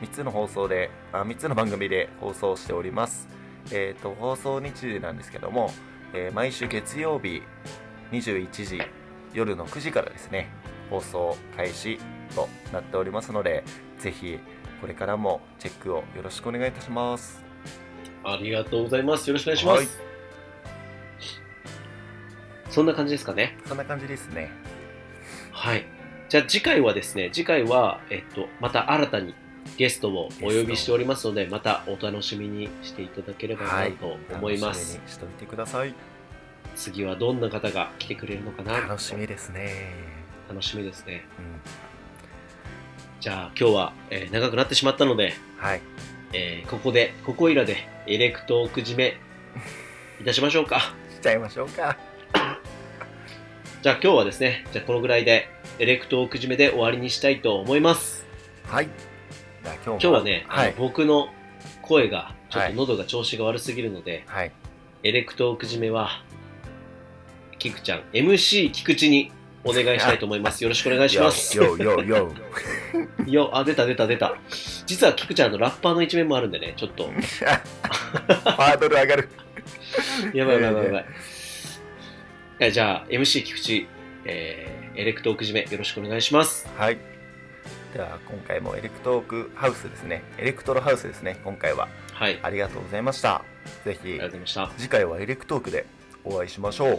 S3: 3つの放送で、あ、3つの番組で放送しております。えっ、と、放送日時なんですけども、えー毎週月曜日21時、夜の9時からですね、放送開始となっておりますので、ぜひ、これからもチェックをよろしくお願いいたします。
S2: ありがとうございます。よろしくお願いします。
S3: はい
S2: そんな感じですかね。
S3: そんな感じですね。
S2: はい。じゃあ次回はですね、次回は、えっと、また新たにゲストをお呼びしておりますので、またお楽しみにしていただければなと思います。
S3: 楽しみにしておいてください。
S2: 次はどんな方が来てくれるのかな
S3: 楽しみですね。
S2: 楽しみですね。
S3: うん、
S2: じゃあ今日は、えー長くなってしまったので、
S3: はい、
S2: えーここで、ここいらでエレクトーク締めいたしましょうか。
S3: しちゃいましょうか。
S2: じゃあ今日はですね、じゃあこのぐらいでエレクトーク締めで終わりにしたいと思います。
S3: はい。じゃあ今日も
S2: 今日はね、
S3: は
S2: あ
S3: い
S2: の、僕の声がちょっ
S3: は
S2: と
S3: い
S2: 喉が調子が悪すぎるので、
S3: はい、
S2: エレクトーク締めは菊ちゃん MC 菊池にお願いしたいと思いますよろしくお願いします
S3: よよよよ。
S2: よあ出た出た出た実は菊ちゃんあのラッパーの一面もあるんでねちょっと
S3: ハードル上がる。
S2: やばいやばいやばいやばいえじゃあ MC 菊池、えーエレクトーク締めよろしくお願いします
S3: はい。では今回もエレクトークハウスですね。エレクトロハウスですね。今回は
S2: はいありが
S3: ありがとうございました。ぜひ
S2: とうございました
S3: 次回はエレクトークでお会いしましょう。は。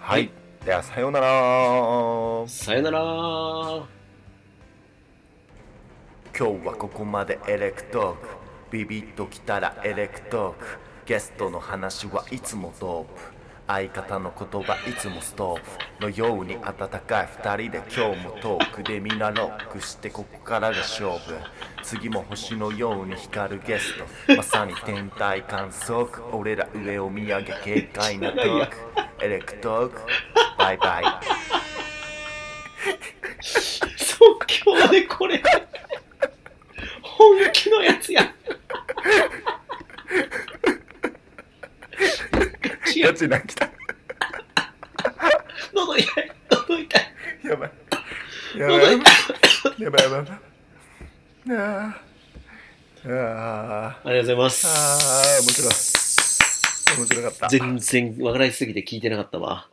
S2: はいい
S3: ではさようなら。
S2: さよなら
S3: 今日はここまでエレクトークビビッときたらエレクトークゲストの話はいつもドープ相方の言葉いつもストーブのように温かい2人で今日もトークでみんなロックしてここからが勝負次も星のように光るゲストまさに天体観測俺ら上を見上げ軽快なトークエレクトークバイバイ
S2: 即興でこれ本気のやつや違
S3: や
S2: う
S3: つなきた
S2: 喉痛い喉痛い
S3: やばいやばい
S2: 喉痛い
S3: やばいやばいやばいあーあー
S2: ありがとうございます
S3: あー面白い面白かった
S2: 全然分からないすぎて聞いてなかったわ